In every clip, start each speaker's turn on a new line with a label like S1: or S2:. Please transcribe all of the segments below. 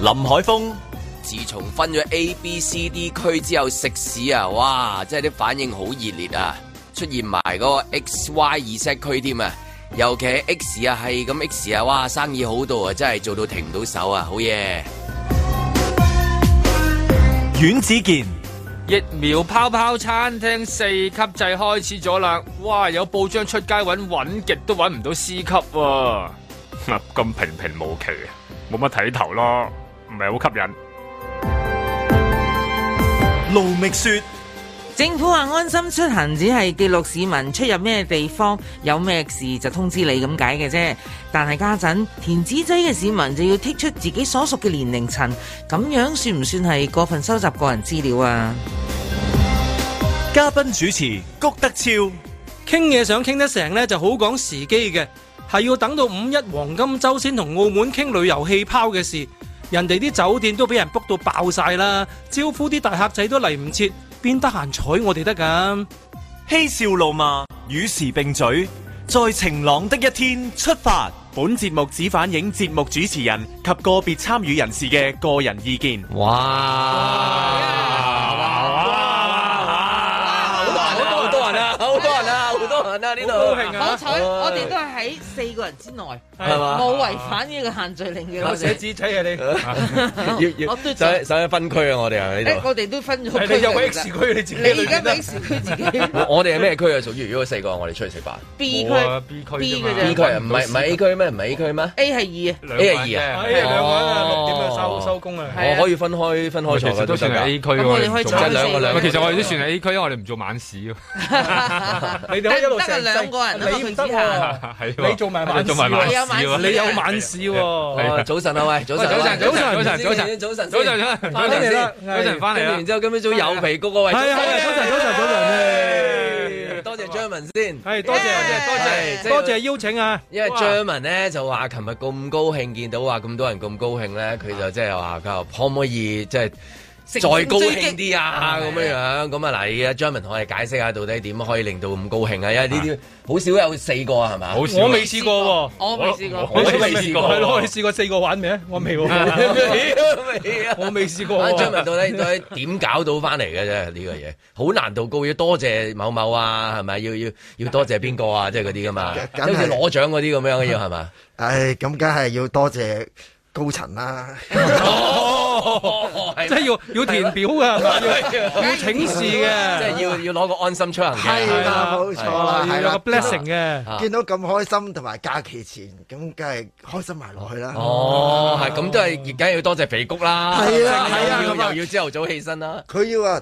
S1: 林海峰
S2: 自從分咗 A、B、C、D 區之後，食肆啊，哇！真係啲反應好熱烈啊，出現埋嗰個 X、Y、Z 區添啊！尤其係 X 啊，係咁 X 啊，哇！生意好到啊，真係做到停唔到手啊，好嘢！
S1: 阮子健，
S3: 疫苗泡泡餐廳四級制開始咗啦，哇！有報章出街揾揾極都揾唔到 C 級喎、
S4: 啊咁平平無奇，冇乜睇頭咯，唔係好吸引。
S1: 盧覓雪，
S5: 政府話安心出行只係記錄市民出入咩地方有咩事就通知你咁解嘅啫，但係家陣填紙仔嘅市民就要剔出自己所屬嘅年齡層，咁樣算唔算係過分收集個人資料啊？
S1: 嘉賓主持谷德超，
S6: 傾嘢想傾得成呢就好講時機嘅，係要等到五一黃金周先同澳門傾旅遊氣泡嘅事。人哋啲酒店都俾人 book 到爆晒啦，招呼啲大客仔都嚟唔切，邊得閒睬我哋得㗎？
S1: 嬉笑怒罵，與時並舉，在晴朗的一天出發。
S7: 本節目只反映節目主持人及個別參與人士嘅個人意見。
S2: 好多人啊，好多人啊，好多人啊，呢
S6: 好高興
S2: 度。
S6: 啊！
S5: 彩我哋都係喺四個人之內，
S2: 係嘛
S5: 冇違反呢個限聚令嘅
S6: 有寫紙仔啊你，
S2: 要 要
S5: 我都
S2: 想想去分區啊！我哋啊呢度，
S5: 我哋都分咗
S6: 你有個 X 區你自己裏邊啦。
S5: 時佢自己
S2: 我哋係咩區啊？屬於如果四個，我哋出去食飯。
S5: B
S3: 冇啊，B 區
S5: B
S3: 啫
S5: 嘅
S3: 嘛
S5: 啫
S2: B 區啊，唔
S3: 嗯
S2: 係唔係 A 區咩？唔係 A 區咩？
S5: A 係二
S3: 兩個人
S2: A 啊
S6: 哎
S3: 啫
S6: 呀，兩個人啊，六點就
S2: 哦
S6: 收收工啊！
S5: 係啊
S2: 我可以分開分開
S3: 我其
S2: 坐
S3: 實
S2: 嘅
S3: 都
S2: 都
S3: 算
S2: 得
S3: 係
S2: 㗎
S3: A 區
S5: 咁我哋可以
S3: 喎，仲
S5: 坐
S2: 即係兩個
S5: 四
S2: 兩
S3: 喂
S2: 個
S3: 其實我哋都算係 A 區，因為我哋唔做晚市啊喎，
S6: 你哋可以一路
S5: 得唔得啊
S6: 成世
S5: 兩個人啊
S6: 你唔得
S5: 佢只係
S6: 喎。
S3: 係
S6: 你做埋 晚
S3: 我哋
S6: 市啊
S3: 做埋晚
S5: 你
S3: 市
S5: 有晚市
S3: 喎，
S6: 你有晚市喎，
S2: 哦早晨啊，喂，早晨啊，
S3: 喂早晨早
S2: 喂
S3: 晨早晨
S2: 早晨
S3: 早晨啊早晨
S2: 翻
S3: 早
S6: 返
S2: 嚟
S6: 嚟
S3: 晨
S2: 啦
S6: 啦，
S3: 早晨翻嚟啊啦
S2: 跟住然。之後今朝有皮嗰個位，
S6: 係啊係啊，
S2: 早
S6: 早
S2: 晨
S6: 晨早晨早晨，
S2: 多謝張文先。
S6: 係多謝多
S2: 係
S6: 謝
S2: 即係
S6: 多謝邀請啊！
S2: 因為
S6: 哇
S2: 張文咧就話，琴日咁高興見到話咁多人咁高興咧，佢就即係話佢話可唔可以即係再高興啲啊咁樣樣咁啊嗱，而家張文同我哋解釋下到底點可以令到咁高興啊？因為呢啲好少有四個啊，係嘛？
S3: 好少啊
S6: 我未試過喎，
S5: 我未試過。
S2: 我都未試過
S6: 係咯，你試過四個玩未啊？我未喎，
S2: 未啊！
S6: 我未試過
S2: 啊！
S6: 喎。
S2: 張文到底到底點搞到翻嚟嘅啫？呢個嘢好難度高，要多謝某某啊，係咪？要要要多謝邊個啊？即係嗰啲噶嘛，即
S8: 梗
S2: 係
S8: 係
S2: 好似攞獎嗰啲咁樣嘅要係嘛？
S8: 唉，咁梗係要多謝高層啦。
S2: 哦，係
S6: 即係要要填表㗎，係咪要
S2: 即
S6: 要請示
S2: 係
S6: 嘅，
S2: 要要攞個安心出行嘅。
S8: 係啦，冇錯啦，係
S6: 要
S8: 啦
S6: 有個 blessing 嘅。
S2: 啊
S8: 見到咁開心，同埋假期前，咁梗係開心埋落去啦。
S2: 哦，係咁都係，梗係要多謝肥谷啦。
S8: 係啊係啊
S2: 又
S8: 咁
S2: 要
S8: 啊
S2: 又要朝頭早起身啦。
S8: 佢要啊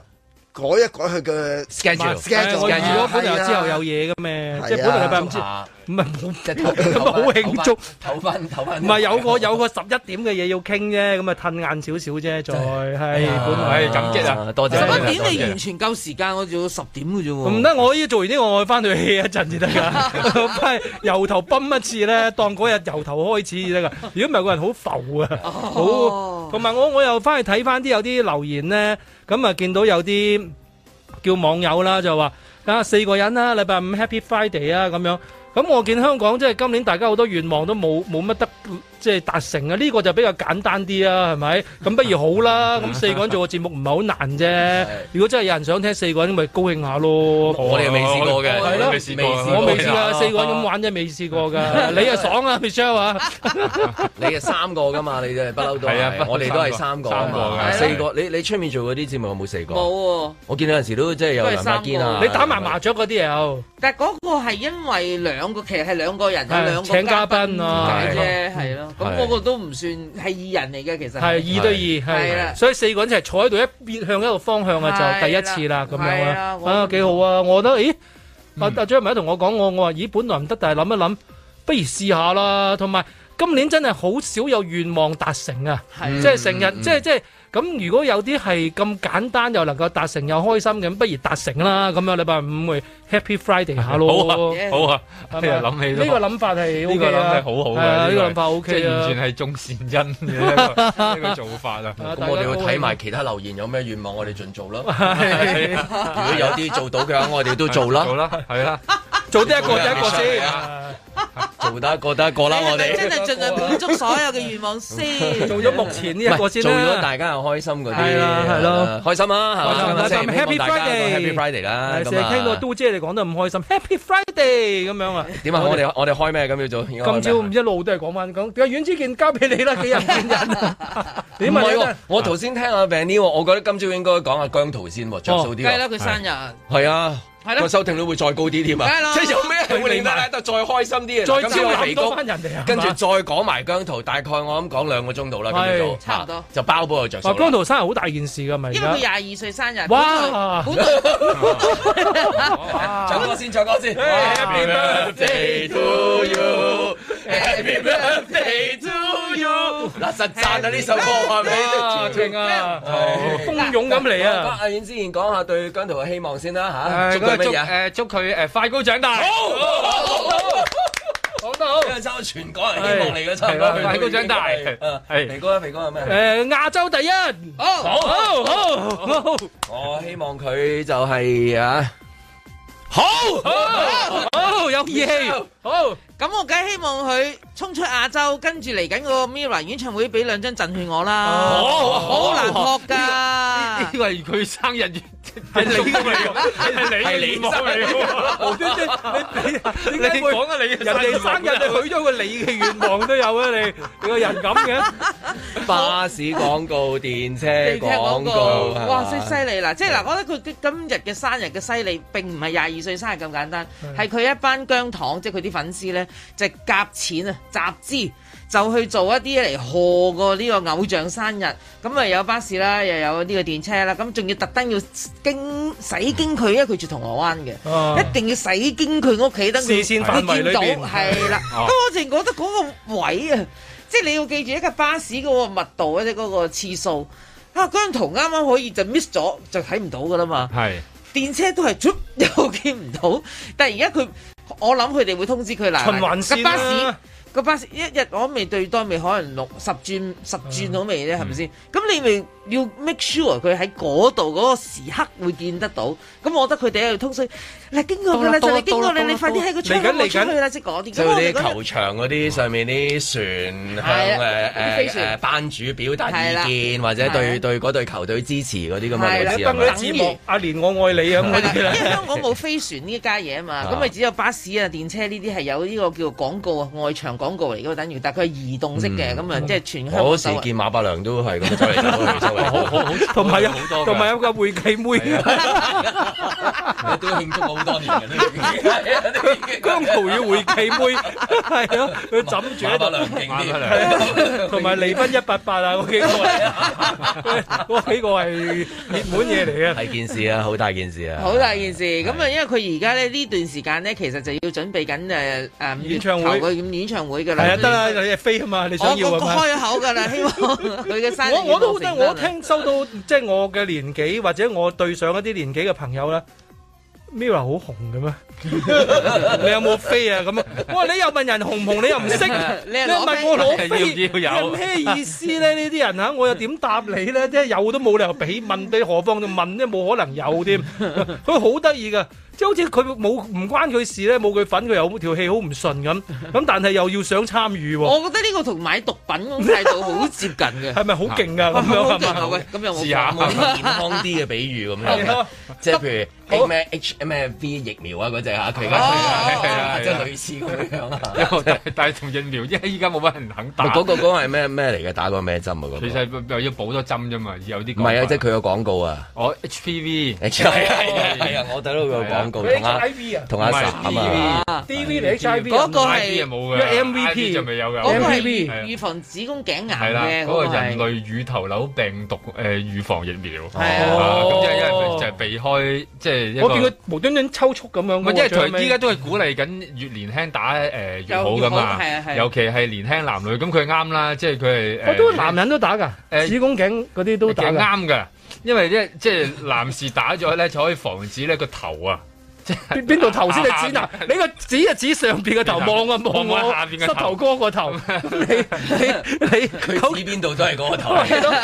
S8: 改一改佢嘅
S2: schedule
S8: 係啊
S6: 我預咗本
S8: 係
S6: 來
S8: 啊
S6: 之後有嘢嘅咩，
S8: 係啊
S6: 即係本來禮拜五先，
S2: 下
S6: 唔係冇
S2: 即係唞
S6: 咁啊好慶祝，
S2: 唞翻唞翻。
S6: 唔係有個有個十一點嘅嘢要傾啫，咁啊褪晏少少啫，再
S8: 哎
S6: 係本來。
S3: 唉感激啊！
S2: 多謝
S5: 十
S2: 你
S5: 一
S2: 多謝
S5: 點你完全夠時間，我做到十點嘅啫喎。
S6: 唔得，我要做完呢個，我翻去 hea 一陣至得㗎， 翻去由頭泵一次咧，當嗰日由頭開始至得㗎。如果唔係，個人好浮啊，
S8: 哦
S5: 哦
S6: 好。同埋我我又翻去睇翻啲有啲留言咧，咁啊見到有啲叫網友啦，就話啊四個人啦，禮拜五 Happy Friday 啊咁樣。咁我見香港即係今年大家好多願望都冇冇乜得即係達成啊，呢、個就比較簡單啲啊，係咪？咁不如好啦，咁四個人做個節目唔係好難啫。如果真係有人想聽四個人，咪高興下咯。
S2: 我哋未試過嘅，
S6: 係咯
S2: 未試
S3: 我
S6: 我未試
S3: 過
S6: 過四個人咁玩啫，未試過噶。你啊爽啊，Michelle 啊，
S2: 你係三個噶嘛？你真係不嬲都
S3: 係啊不
S2: 係，
S3: 嬲
S2: 我哋都係三個啊嘛，
S3: 三
S2: 四
S3: 個
S2: 個。你你出面做嗰啲節目有冇四個？
S5: 冇喎，
S2: 我見到有陣時都即係有梁柏堅啊，
S6: 你打埋麻雀嗰啲又
S5: 但係嗰個係因為兩個，其實係兩個人有兩個
S6: 係請嘉賓啊
S5: 解啫，係咯。咁
S2: 係
S5: 嗰個都唔算係二人嚟嘅，其實
S6: 係二對
S5: 係
S6: 二，
S5: 啦
S6: 係。所以四個人一齊坐喺度，一邊向一個方向啊，就第一次啦，咁樣
S5: 係啦
S6: 啦。啊，幾好啊！我覺得，咦，阿阿張文同我講，我我話，咦，本來唔得，但係諗一諗，不如試下啦。同埋今年真係好少有願望達成啊！
S2: 嗯
S5: 係
S6: 即係成日，即係即係咁。如果有啲係咁簡單又能夠達成又開心嘅，不如達成啦。咁樣禮拜五咪 Happy Friday 下咯。
S5: Yeah
S3: 好啊，
S6: 係
S3: 係
S6: 咪
S3: 啊諗起都
S6: 呢個諗法係
S3: 呢
S6: O
S3: 個
S6: K
S3: 諗
S6: 啊
S3: 係，好好
S6: 係啊
S3: 嘅，
S6: 呢個諗法 OK
S3: 即係
S6: 啊
S3: 完全係種善因嘅一個一個做法啊！
S6: 啊
S2: 咁我哋要睇。
S6: 大
S2: 埋
S6: 家
S2: 其他留言有咩願望，我哋盡 做啦。
S6: 係
S2: 如果有 啲做到嘅話，我哋都做
S3: 做
S2: 啦。
S3: 啦，係啦，
S6: 做得一個得一個
S2: 係
S6: 先
S2: 啊。做得過得過啦，我
S5: 你係咪
S2: 哋
S5: 真係盡量滿足所有嘅願望先。
S6: 做咗目前呢一個先
S2: 做咗
S6: 啦。
S2: 大家又開心嗰啲，
S6: 係啦係咯
S2: 開心啊，
S6: 開心
S2: 係
S6: 開
S2: 嘛
S6: 心
S2: 希望大家
S6: Happy
S2: Happy Friday 啦，
S6: 係成
S2: 咁
S6: 日
S2: 啊
S6: 聽到都姐你講得咁開心，Happy Friday 咁樣啊！
S2: 點啊？我哋我哋開咩今朝早？
S6: 今
S2: 今
S6: 朝一路都係講翻講，點解阮之健交俾你啦？幾日唔見人？點
S2: 唔係
S6: 啊
S2: 喎？我頭先聽阿 Van n 我覺得今朝應該講下姜濤
S6: 哦
S2: 先喎，着數
S5: 梗
S2: 啲
S5: 係啦，
S2: 喎。
S5: 佢生日。
S2: 係啊，
S5: 係咯
S2: 個收聽率會再高啲添
S5: 梗係
S2: 啊！
S5: 啦
S2: 即係有咩會令大家都再開心啲啊？
S6: 你？
S2: 嗱
S6: 再
S2: 今朝
S6: 招
S2: 我
S6: 攬
S2: 肥
S6: 多
S2: 哥
S6: 翻人哋啊！
S2: 跟住
S6: 係嘛
S2: 再講埋姜濤，大概我諗講兩個鐘度啦，
S6: 係
S2: 咁就
S5: 差唔多
S2: 就包保佢着數
S6: 話
S2: 啦。
S6: 江桃生日好大件事㗎嘛，而
S5: 因為佢
S6: 家
S5: 廿二歲生日，
S6: 哇
S5: 好耐
S2: 唱歌先，唱歌先。Happy birthday to you, Happy birthday to you。嗱，實讚啊呢首歌係
S6: 啊
S2: 咪？
S6: 勁啊，蜂擁咁嚟
S2: 講
S6: 啊！
S2: 阿遠之前講下對姜濤嘅希望先啦
S3: 誒
S2: 嚇，祝佢
S3: 咁
S2: 乜
S3: 祝
S2: 嘢啊？
S3: 誒祝佢誒快高長大，講得好，
S2: 因為真係全港人希望嚟嘅，差唔
S3: 係
S2: 多
S3: 啊快高長大
S2: 啊
S4: 係
S2: 肥哥啊，肥哥係
S6: 誒
S2: 咩？
S6: 亞洲第一，
S5: 好
S6: 好好好。
S2: 我希望佢就係啊，
S6: 好有義氣，好
S5: 咁我梗係希望佢衝出亞洲，跟住嚟緊個 Mirror 演唱會俾兩張贈券我啦，好難撲㗎。
S3: 因為佢生日係你咁嚟㗎，係你嘅願望嚟㗎
S6: 無端端你你
S3: 你講啊你嘅
S6: 人哋生
S3: 生
S6: 日
S3: 日
S6: 你許咗個你嘅願望都有啊！你你個人咁嘅，
S2: 巴士廣告、電車
S5: 你聽
S2: 廣
S5: 廣
S2: 告
S5: 告，，
S2: 係
S5: 哇！
S2: 嘛
S5: 真係犀利啦，即係嗱，我覺得佢今日嘅生日嘅犀利並唔係廿二歲生日咁簡單，係佢一班姜糖，即係佢啲粉絲咧，就夾錢啊，集資。就去做一啲嚟賀過呢個偶像生日，咁啊有巴士啦，又有呢個電車啦，咁仲要特登要經洗經佢，因為佢住銅鑼灣嘅，
S6: 啊
S5: 一定要洗經佢屋企，等佢
S6: 視線範圍裏邊
S5: 你見到係啦。咁我淨覺得嗰個位啊，即係你要記住一架巴士嗰個密度或者嗰個次數啊，姜圖啱啱可以就 miss 咗，就睇唔到噶啦嘛。
S3: 係。
S5: 電車都係捉又見唔到， 但係而家佢，我諗佢哋會通知佢嗱，
S6: 循環線
S5: 架巴士
S6: 啦。
S5: 個巴士一日我未對多，未可能六十轉十轉到未咧，係咪先？咁你咪要 make sure 佢喺嗰度嗰個時刻會見得到。咁我覺得佢哋喺度通訊，嗱經過㗎啦，就
S3: 到啦
S5: 你經過你，
S3: 到啦
S5: 你快啲喺個
S6: 嚟
S5: 窗
S6: 緊
S5: 口望出
S6: 嚟緊
S5: 去啦，即係嗰啲。
S2: 即
S5: 咁
S2: 係
S5: 我
S2: 嗰
S5: 哋
S2: 啲
S5: 覺
S2: 球場嗰啲上面啲
S5: 係
S2: 船
S5: 啊啲飛
S2: 向誒誒誒
S5: 船
S2: 班主表達
S5: 係啦
S2: 意見，或者對
S5: 係啊
S2: 對嗰隊球隊支持嗰啲咁嘅
S5: 係
S2: 類
S5: 啦
S2: 似
S5: 知
S2: 係
S6: 登嗰啲
S2: 咪
S5: 等
S6: 字
S5: 於
S6: 幕，阿蓮我愛你咁嗰
S5: 係啦，
S6: 啲
S5: 因
S6: 啦
S5: 為。香港冇飛船呢家嘢啊嘛，咁咪只有巴士啊、電車呢啲係有呢個叫廣告啊，外牆廣告嚟嘅喎，等於，但係佢係移動式嘅，咁啊，即係全香
S2: 我
S5: 港走
S2: 嗰時
S5: 啊。
S2: 見馬伯良都係咁走嚟走去走嚟走去，
S6: 同埋有
S2: 好多㗎
S6: 同埋有個會計妹
S2: 你都慶祝我好多年嘅呢啲已經
S6: 姜濤要會計妹，係咯，佢枕住喺
S2: 馬伯
S6: 度，
S2: 良勁
S4: 馬伯
S2: 啲，
S6: 同埋離婚一八八啊，嗰 幾個係，嗰幾個係熱門嘢嚟嘅。
S2: 係件事啊，好大件事啊，
S5: 好大件事，咁啊，因為佢而家咧呢段時間咧，其實就要準備緊誒誒
S6: 演唱會
S5: 嘅演唱會㗎啦。
S6: 係啊，得啦，你係飛啊嘛，你
S5: 我
S6: 想要
S5: 我
S6: 啊
S5: 我
S6: 嘛。
S5: 開咗口 㗎啦，希望佢嘅生日
S6: 我我都覺得，
S5: 願望
S6: 我
S5: 成真啊
S6: 聽收到 即係我嘅年紀或者我對上一啲年紀嘅朋友咧。Mira 好紅嘅咩？ 你有冇飛啊？咁啊，我話你又問人紅唔紅，你又唔識，
S5: 你係攞
S6: 又問我攞飛，
S3: 要唔要有
S6: 你咩意思咧？呢啲人嚇，我又點答你咧？即係有都冇理由俾問，你何況就問咧，冇可能有添。 佢好得意噶，即係好似佢冇唔關佢事咧，冇佢份，佢有條氣好唔順咁。咁但係又要想參與喎，
S5: 我覺得呢個同買毒品嗰種態度好接近嘅。
S6: 係咪好勁啊？ 咁
S5: 好
S6: 樣
S5: 勁
S6: 係
S5: 啊！
S6: 嘛？
S5: 喂，咁又冇
S2: 試下 冇啲健康啲嘅比喻咁
S6: 係
S2: 樣
S6: 咯。。
S2: 即係譬如咩 H 咩 V 疫苗啊嗰只嚇，佢而
S3: 哦
S2: 家推啊，即係類似咁樣啊。
S3: 但 但係同疫苗，因為依家冇乜人肯打，
S2: 嗰個嗰個係咩咩嚟嘅？打過咩針啊？嗰個
S3: 其實又要補多針啫嘛，有啲哦
S2: 唔係啊，即係佢個廣告啊。
S3: 我 HPV
S2: 係啊係啊，我睇到佢個廣告同阿
S6: HIV 啊
S2: 同阿
S3: 唔係
S2: 岑啊，
S5: 啊
S6: ，DV 嚟 HIV
S5: 嗰個係
S3: I.P. 就啊冇
S6: 因為
S3: 嘅
S6: MVP
S3: 就未有嘅，
S5: 嗰個係
S6: MVP
S5: 預防子宮頸
S3: 係啦，
S5: 癌
S3: 嗰
S5: 嘅，嗰個
S3: 個人
S5: 係。
S3: 類乳頭瘤病毒誒預防疫苗，
S5: 係啊
S3: 啊咁即係因
S6: 哦啊
S3: 為就係避開即係一個
S6: 我見佢無端端抽搐咁樣
S3: 唔係，
S6: 喎，
S3: 因為
S6: 最
S3: 佢
S6: 尾
S3: 依家都係鼓勵緊越年輕打誒越
S5: 又
S3: 好
S5: 越
S3: 噶
S5: 好係啊係
S3: 嘛，
S5: 啊
S3: 尤其係年輕男女，咁佢啱啦，即係佢係
S6: 我都男人都打㗎，
S3: 誒
S6: 子宮頸嗰啲
S3: 都
S6: 都打㗎。
S3: 啱㗎，因為咧即係男士打咗咧就可以防止咧個頭啊
S6: 邊邊度頭先你指嗱
S4: 下，
S6: 你個指就指上邊個頭，望啊望
S4: 望我
S6: 我
S4: 下邊嘅
S6: 膝
S4: 頭
S6: 頭哥個頭，你你你
S2: 佢指邊度都係嗰個頭。
S6: 係咯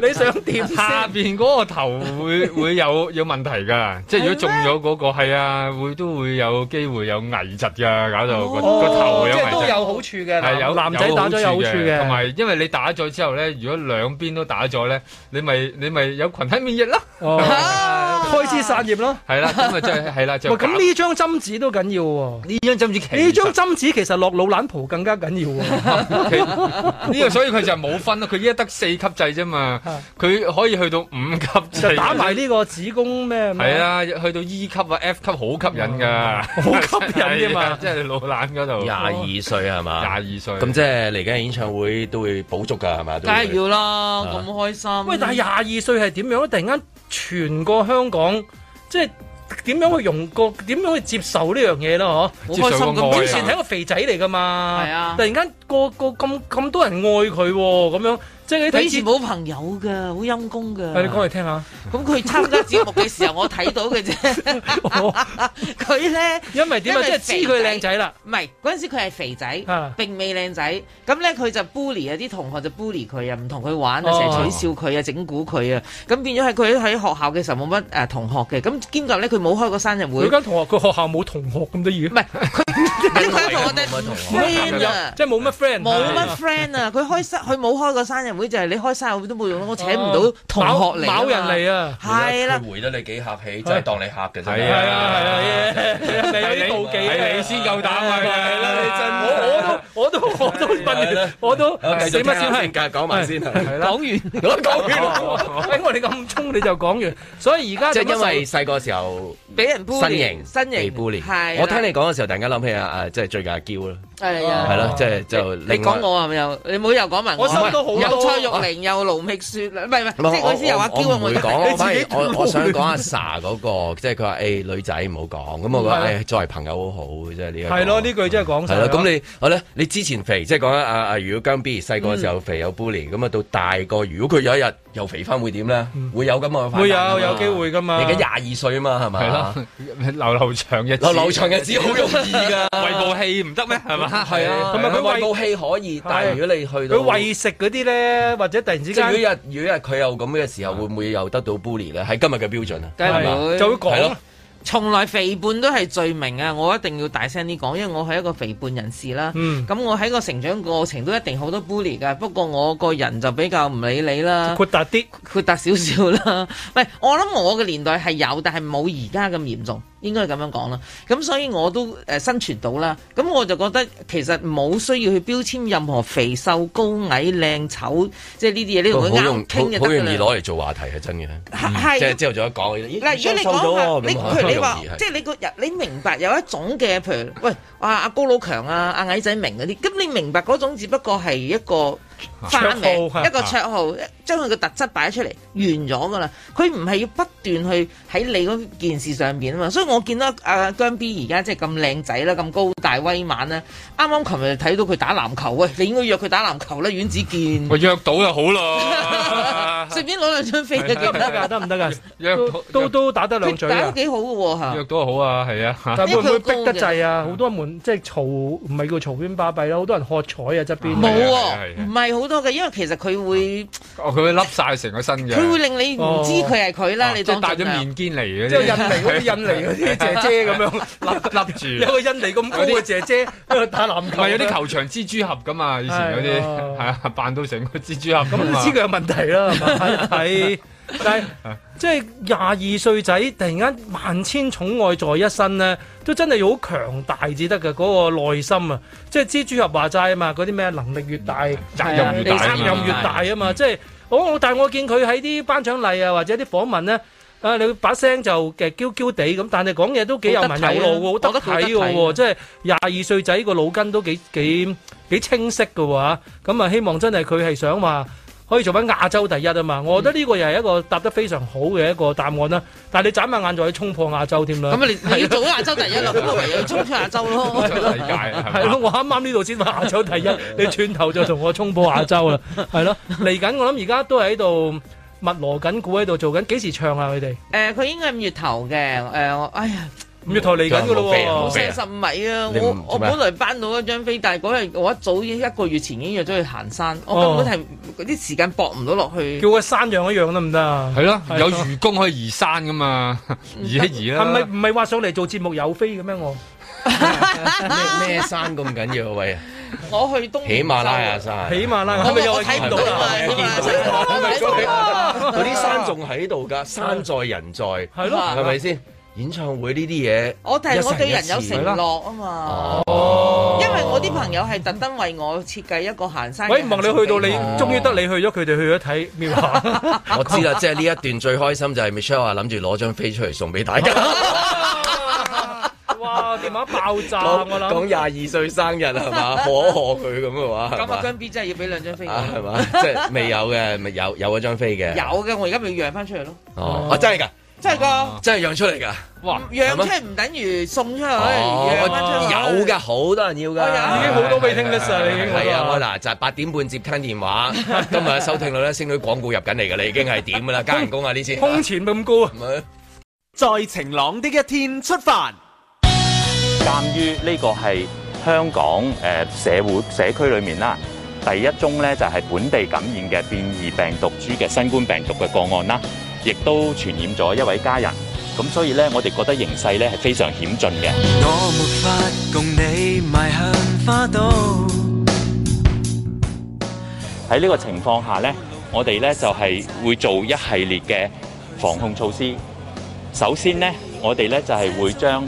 S6: 你你想 點
S3: 下
S6: 先？
S3: 邊嗰個頭會 會有有問題㗎，即係如果中咗嗰個係啊，會都會有機會有危疾㗎，搞到個個頭會有
S6: 即係
S3: 危
S6: 都
S3: 疾。
S6: 有好處嘅，
S3: 係有
S6: 男仔打咗有好處
S3: 同
S6: 嘅。
S3: 埋因為你打咗之後咧，如果兩邊都打咗咧，你咪你咪有群體免疫啦，
S6: 哦
S9: 啊
S6: 開枝散葉咯。
S3: 係啦，咁啊即係係啦，就
S6: 喂，咁
S3: 搞
S6: 呢張針紙都緊要喎。
S3: 呢張針紙其
S6: 呢
S3: 實
S6: 張針紙其實落老蘭蒲更加緊要喎。
S3: 佢呢個所以佢就冇分咯，佢依家得四級制啫 嘛
S6: 啊，
S3: 佢可以去到五級制，
S6: 就打埋呢個子宮咩？
S3: 係，啊，去到 E 級啊 F 級好吸引㗎，
S6: 好吸引
S3: 係
S6: 㗎
S3: 啊
S6: 嘛。
S3: 即係你老懶嗰度
S2: 廿二歲係嘛？
S3: 廿二歲，
S2: 咁即係嚟緊演唱會都會補足㗎係嘛？都
S5: 梗
S2: 會
S5: 係要啦，咁開心。
S6: 啊喂，但係廿二歲係點樣咧？突然間全個香港，即係點樣去用個點樣去接受呢樣嘢咯？
S5: 好開心
S3: 接受個愛
S5: 咁，
S3: 啊
S6: 嗬？以前係一個肥仔嚟噶嘛，
S5: 係啊
S6: 突然間個個咁咁多人愛佢喎，咁樣即係你
S5: 佢以
S6: 睇
S5: 前
S6: 節，
S5: 冇朋友㗎，好陰功㗎。
S6: 係你講嚟聽下，
S5: 咁佢參加節目嘅時候，我睇到 嘅啫。佢咧。
S6: 因為點啊？
S5: 因
S6: 即
S5: 為
S6: 係知佢靚仔啦，
S5: 唔係嗰陣時佢係肥仔
S6: 啊，
S5: 並未靚仔。咁咧佢就 bully 啊，啲同學就 bully 佢啊，唔同佢玩啊，成
S6: 哦
S5: 日取笑佢啊，整蠱佢啊。咁變咗係佢喺學校嘅時候冇乜誒同學嘅。咁兼夾咧佢冇開過生日會，
S6: 佢
S5: 唔
S6: 間同學佢學校冇同學咁多嘢，
S5: 係佢佢佢同我哋
S2: 冇乜同學
S5: friend 啊。
S6: 即係冇乜 friend，
S5: 冇
S6: 係
S5: 乜 friend 啊！佢開生佢冇開過生日會，就係、你開生日會都冇用咯，我請唔到同學嚟啊嘛
S6: 某人嚟啊！
S5: 係啦，
S2: 佢回得你幾客氣，真係當你客嘅啫。
S3: 係
S6: 係啊係啊，你有啲妒忌啊
S3: 係你先夠膽啊！
S6: 係啦，你 真我我都我都我都問
S2: 係
S6: 你
S2: 啦，
S6: 我都
S2: 好繼
S6: 死
S2: 續
S6: 乜
S2: 聽
S6: 先
S2: 下
S6: 係
S2: 先？㗎，講埋先係。
S6: 講完，講完啦。 哎，我哋咁衝你就講完，所以而家
S2: 即
S6: 就
S2: 係因為細個時候
S5: 俾人 bully，
S2: 身形
S5: 身
S2: 被
S5: 形
S2: bully，
S5: 係啦
S2: 我聽你講嘅時候，突然間諗起啊啊，即係最近阿嬌啦，
S5: 係
S6: 哦
S5: 啊
S2: 係咯，即係就
S5: 你講我係咪又？你唔好又講埋
S6: 我收到好多
S5: 又蔡玉玲又盧覓雪，唔係唔係，
S2: 唔係
S5: 即係我意思又話嬌
S2: 我
S5: 啊！
S2: 唔
S5: 我
S2: 會
S5: 覺得
S2: 講，我
S5: 係
S2: 反而我我想講阿 Sa 嗰個，即係佢話哎誒女仔唔好講，咁我覺
S6: 係
S2: 得
S6: 啊
S2: 誒作為朋友好好，即係呢一個
S6: 係咯，呢句真係講
S2: 係
S6: 晒
S2: 啦，
S6: 啦。
S2: 咁你好咧，你之前肥，即係講緊阿阿如果姜 B 細個嘅時
S5: 嗯
S2: 候肥有 bully，咁啊到大個，如果佢有一日又肥翻，會點咧？會有咁嘅反
S6: 嗯
S2: 彈
S6: 會
S2: 㗎嘛
S6: 有有機會㗎嘛
S2: 你而家廿二歲啊嘛，係咪？
S3: 係咯，流流長日子
S2: 流流長日子好容 易㗎，
S3: 為部戲唔得咩？係嘛？
S2: 係啊，
S6: 同埋佢
S2: 為
S6: 為
S2: 武器可以，但係如果你去到
S6: 佢喂食嗰啲咧，或者突然之
S2: 即係如
S6: 間
S2: 果日如果日佢有咁嘅時候，會唔會又得到 bully 咧？喺今日嘅標準啊，
S5: 梗係唔會
S6: 就會
S2: 係咯
S6: 講，
S5: 從來肥胖都係罪名啊！我一定要大聲啲講，因為我係一個肥胖人士啦。咁、
S6: 嗯
S5: 我喺個成長過程都一定好多 bully 噶，不過我個人就比較唔理你啦，
S6: 豁達啲。
S5: 豁達少少啦。 唔係，我諗我嘅年代係有，但係冇而家咁嚴重，應該係咁樣講啦。咁所以我都誒、呃生存到啦。咁我就覺得其實冇需要去標籤任何肥瘦、高矮、靚醜，即係呢啲嘢，呢度
S2: 好
S5: 我
S2: 容
S5: 啱傾
S2: 易
S5: 就
S2: 好
S5: 得
S2: 容易
S5: 㗎啦。
S2: 攞嚟做話題係真嘅，
S5: 係
S2: 即係之後再一講，咦
S5: 嗱，如
S2: 瘦
S5: 果
S2: 咗
S5: 你
S2: 喎
S5: 講話，你
S2: 咁啊
S5: 譬如你
S2: 好
S5: 話
S2: 容易，係
S5: 即係你個人，你明白有一種嘅，譬如喂，阿阿高老強啊，阿矮仔明嗰啲，咁你明白嗰種只不過係一個花名，
S6: 啊綽號係
S5: 一個綽號，將佢個特質擺出嚟，完咗噶啦。佢唔係要不斷去喺你嗰件事上邊啊嘛。所以我見到阿姜 B 而家即係咁靚仔啦，咁高大威猛啦，啱啱琴日睇到佢打籃球，喂，你應該約佢打籃球啦，阮子健，，
S3: 我約到就好啦
S5: 順便攞兩張飛都
S6: 得
S5: 幾
S6: 唔得㗎？得唔得㗎？
S3: 約
S6: 都都都打得兩
S5: 佢
S6: 嘴
S5: 打得
S6: 啊！
S5: 幾好嘅喎嚇
S3: 約到就好啊，係啊。
S6: 但係會唔會
S5: 因為佢
S6: 逼得滯啊？好多門即係嘈，唔係叫嘈冤巴閉啦，好多人喝彩啊側邊。
S5: 冇
S3: 係
S5: 喎
S3: 啊係啊係，啊
S5: 唔係好多嘅，因為其實佢會
S3: 哦，佢會笠晒成個身嘅，
S5: 佢會令你唔知佢係佢
S3: 嗯
S5: 啦，
S3: 哦
S5: 你
S3: 即係
S5: 當
S3: 戴咗
S5: 盡量
S3: 面肩嚟嘅，
S6: 啊即係印尼嗰啲印尼嗰啲姐姐咁樣。
S3: 笠笠
S6: 有
S3: 住。
S6: 個印尼咁高嘅姐姐喺度打籃
S3: 唔
S6: 球，
S3: 係有啲球場蜘蛛俠噶嘛？以前嗰啲
S6: 係啊
S3: 係啊， 扮到成個蜘蛛俠咁
S6: 咁都知佢有問題 啦，啊係咪但係即係廿二歲仔突然間萬千寵愛在一身咧，都真係要好強大至得嘅嗰個內心啊！即係蜘蛛俠話齋啊嘛，嗰啲咩能力越大，
S3: 責任越大啊
S6: 嗯責
S3: 嘛
S6: 任越大啊嘛！即係我但係我見佢喺啲頒獎禮啊，或者啲訪問咧。啊！你把聲就嘅嬌嬌地咁，但係講嘢都幾有文有路喎，好得體
S5: 我覺得佢
S6: 嘅
S5: 好
S6: 喎，即係廿二歲仔個腦筋都幾幾幾清晰嘅喎咁啊，希望真係佢係想話可以做翻亞洲第一啊嘛！我覺得呢個又係一個答得非常好嘅一個答案啦。但係你眨下眼就可以衝破亞洲添啦。
S5: 咁啊，你你要做咗亞洲第一啦，咁咪唯有衝出亞 洲咯。
S3: 世界啊係
S6: 係
S3: 嘛
S6: 咯，我啱啱呢度先話亞洲第一，你轉頭就同我衝破亞洲啦，係咯。嚟緊我諗而家都喺度密羅緊鼓喺度做緊，幾時唱啊佢哋？
S5: 誒，佢應該係五月頭嘅，誒，我哎呀，
S6: 五月台嚟緊噶咯
S2: 仲有冇
S6: 喎
S2: 飛。
S5: 上十米啊！
S2: 你
S5: 我
S2: 唔
S5: 我
S2: 做咩
S5: 本來班到嗰張飛，但係嗰日我一早已經一個月前已經約咗去行山，我根本係嗰啲時間搏唔到落去。
S6: 叫佢山羊一樣得唔得啊？
S3: 係咯，
S6: 係
S3: 有
S6: 咯
S3: 魚公可以移山噶嘛，移一移啦。
S6: 係咪唔係話上嚟做節目有飛嘅咩？我
S2: 咩咩山咁緊要啊喂？
S5: 我去東
S2: 喜馬拉雅
S5: 山，
S2: 山，
S6: 起碼啦，
S5: 我
S6: 係咪又係
S5: 我睇
S6: 見
S5: 唔
S6: 到
S5: 到啊
S6: 啦？
S5: 嘛，
S2: 係
S5: 起
S2: 見到
S5: 碼
S2: 係咪
S5: 睇唔到啊
S2: 嗰啲山仲喺度 㗎，山在人在，係
S5: 咯
S2: 係咪先？演唱會呢啲嘢，
S5: 我但係我對人有
S2: 一世一
S5: 承
S2: 次
S5: 諾啊嘛，
S6: 哦
S5: 因為我啲朋友係特登為我設計一個行山嘅
S6: 喂，
S5: 行程
S6: 望
S5: 俾我。
S6: 你去到你，終於得你去咗，佢哋去咗睇妙華。
S2: 我知 啦，即係呢一段最開心就係 Michelle 話諗住攞張飛出嚟送俾大家，
S6: 哇！電話爆炸，
S2: 講
S6: 啊我
S2: 講
S6: 諗。
S2: 廿二歲生日 係嘛，賀一賀佢咁嘅話，係
S5: 咁啊，
S2: 嘛
S5: 姜 B 真係要俾兩張飛我
S2: 啊係嘛，即係未有嘅，咪有有嗰張飛嘅，
S5: 有嘅，我而家咪讓翻出嚟咯，
S2: 哦，啊真係㗎，
S5: 真係㗎，
S2: 真係讓出嚟㗎，
S3: 哇！
S5: 讓
S2: 係咩
S5: 出嚟唔等於送出去，
S6: 哎
S5: 讓翻出去
S2: 哦有㗎，好多人要
S5: 我有
S2: 㗎，
S6: 已經好多 waiting list 啦，你已經
S2: 係啊，我
S6: 好多。
S2: 嗱就係八點半接聽 電話，今日嘅收聽率咧，星女廣告入緊嚟㗎啦，已經係點㗎啦，加人工啊呢先。
S6: 空前咁高啊！
S2: 咁啊
S7: 在晴朗的一天出發。
S9: 鑑於呢個係香港誒、呃社會社區裏面啦，第一宗咧就係、本地感染嘅變異病毒株嘅新冠病毒嘅個案啦，亦都傳染咗一位家人。咁所以咧，我哋覺得形勢咧係非常險峻嘅。
S1: 我沒法共你邁向花都。
S9: 喺呢個情況下咧，我哋咧就係、會做一系列嘅防控措施。首先咧，我哋咧就係、會將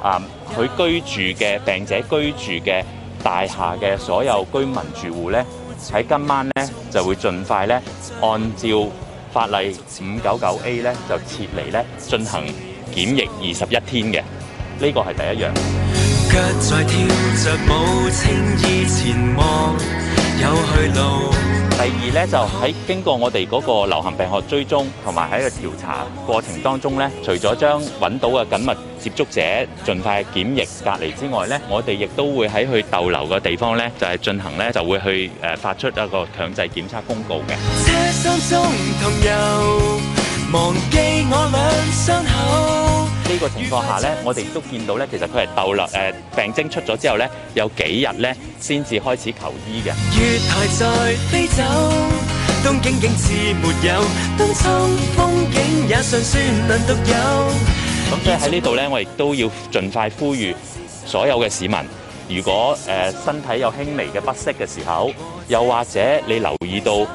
S9: 啊佢、居住嘅病者居住嘅大廈嘅所有居民住戶咧，喺今晚咧就會盡快咧按照法例五九九 A 咧就撤離咧進行檢疫二十一天嘅。呢個係第一樣。
S1: 腳在跳着舞，輕易前望，有去路。
S9: 第二咧就喺經過我哋嗰個流行病學追蹤同埋喺個調查過程當中咧，除咗將揾到嘅緊密接觸者盡快檢疫隔離之外咧，我哋亦都會喺佢逗留嘅地方咧，就係、進行咧就會去誒、呃、發出一個強制檢測公告嘅。
S1: 這心中同遊，忘記我兩傷口。
S9: 呢個情況下咧，我哋亦都見到咧，其實佢係逗留誒、呃病徵出咗之後咧，有幾日咧先至開始求醫嘅。
S1: 月台在飛走，東京景致沒有，東秋風景也尚算能獨有。
S9: 咁所以喺呢度呢，我亦都要盡快呼籲所有嘅市民，如果誒、呃身體有輕微嘅不適嘅時候，又或者你留意到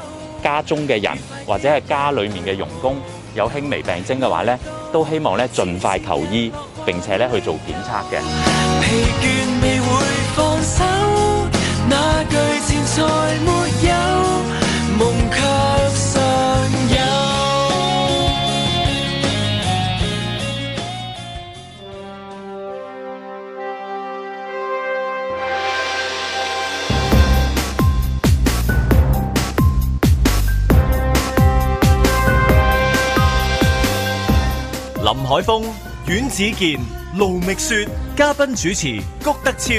S9: 家中嘅人或者係家裡面嘅傭工有輕微病徵嘅話呢，都希望呢盡快求醫，並且呢去做檢測嘅。
S1: 疲倦未會放手，那句錢財沒有，夢卻尚有。林海峰、阮子健、盧覓雪，嘉賓主持谷德超，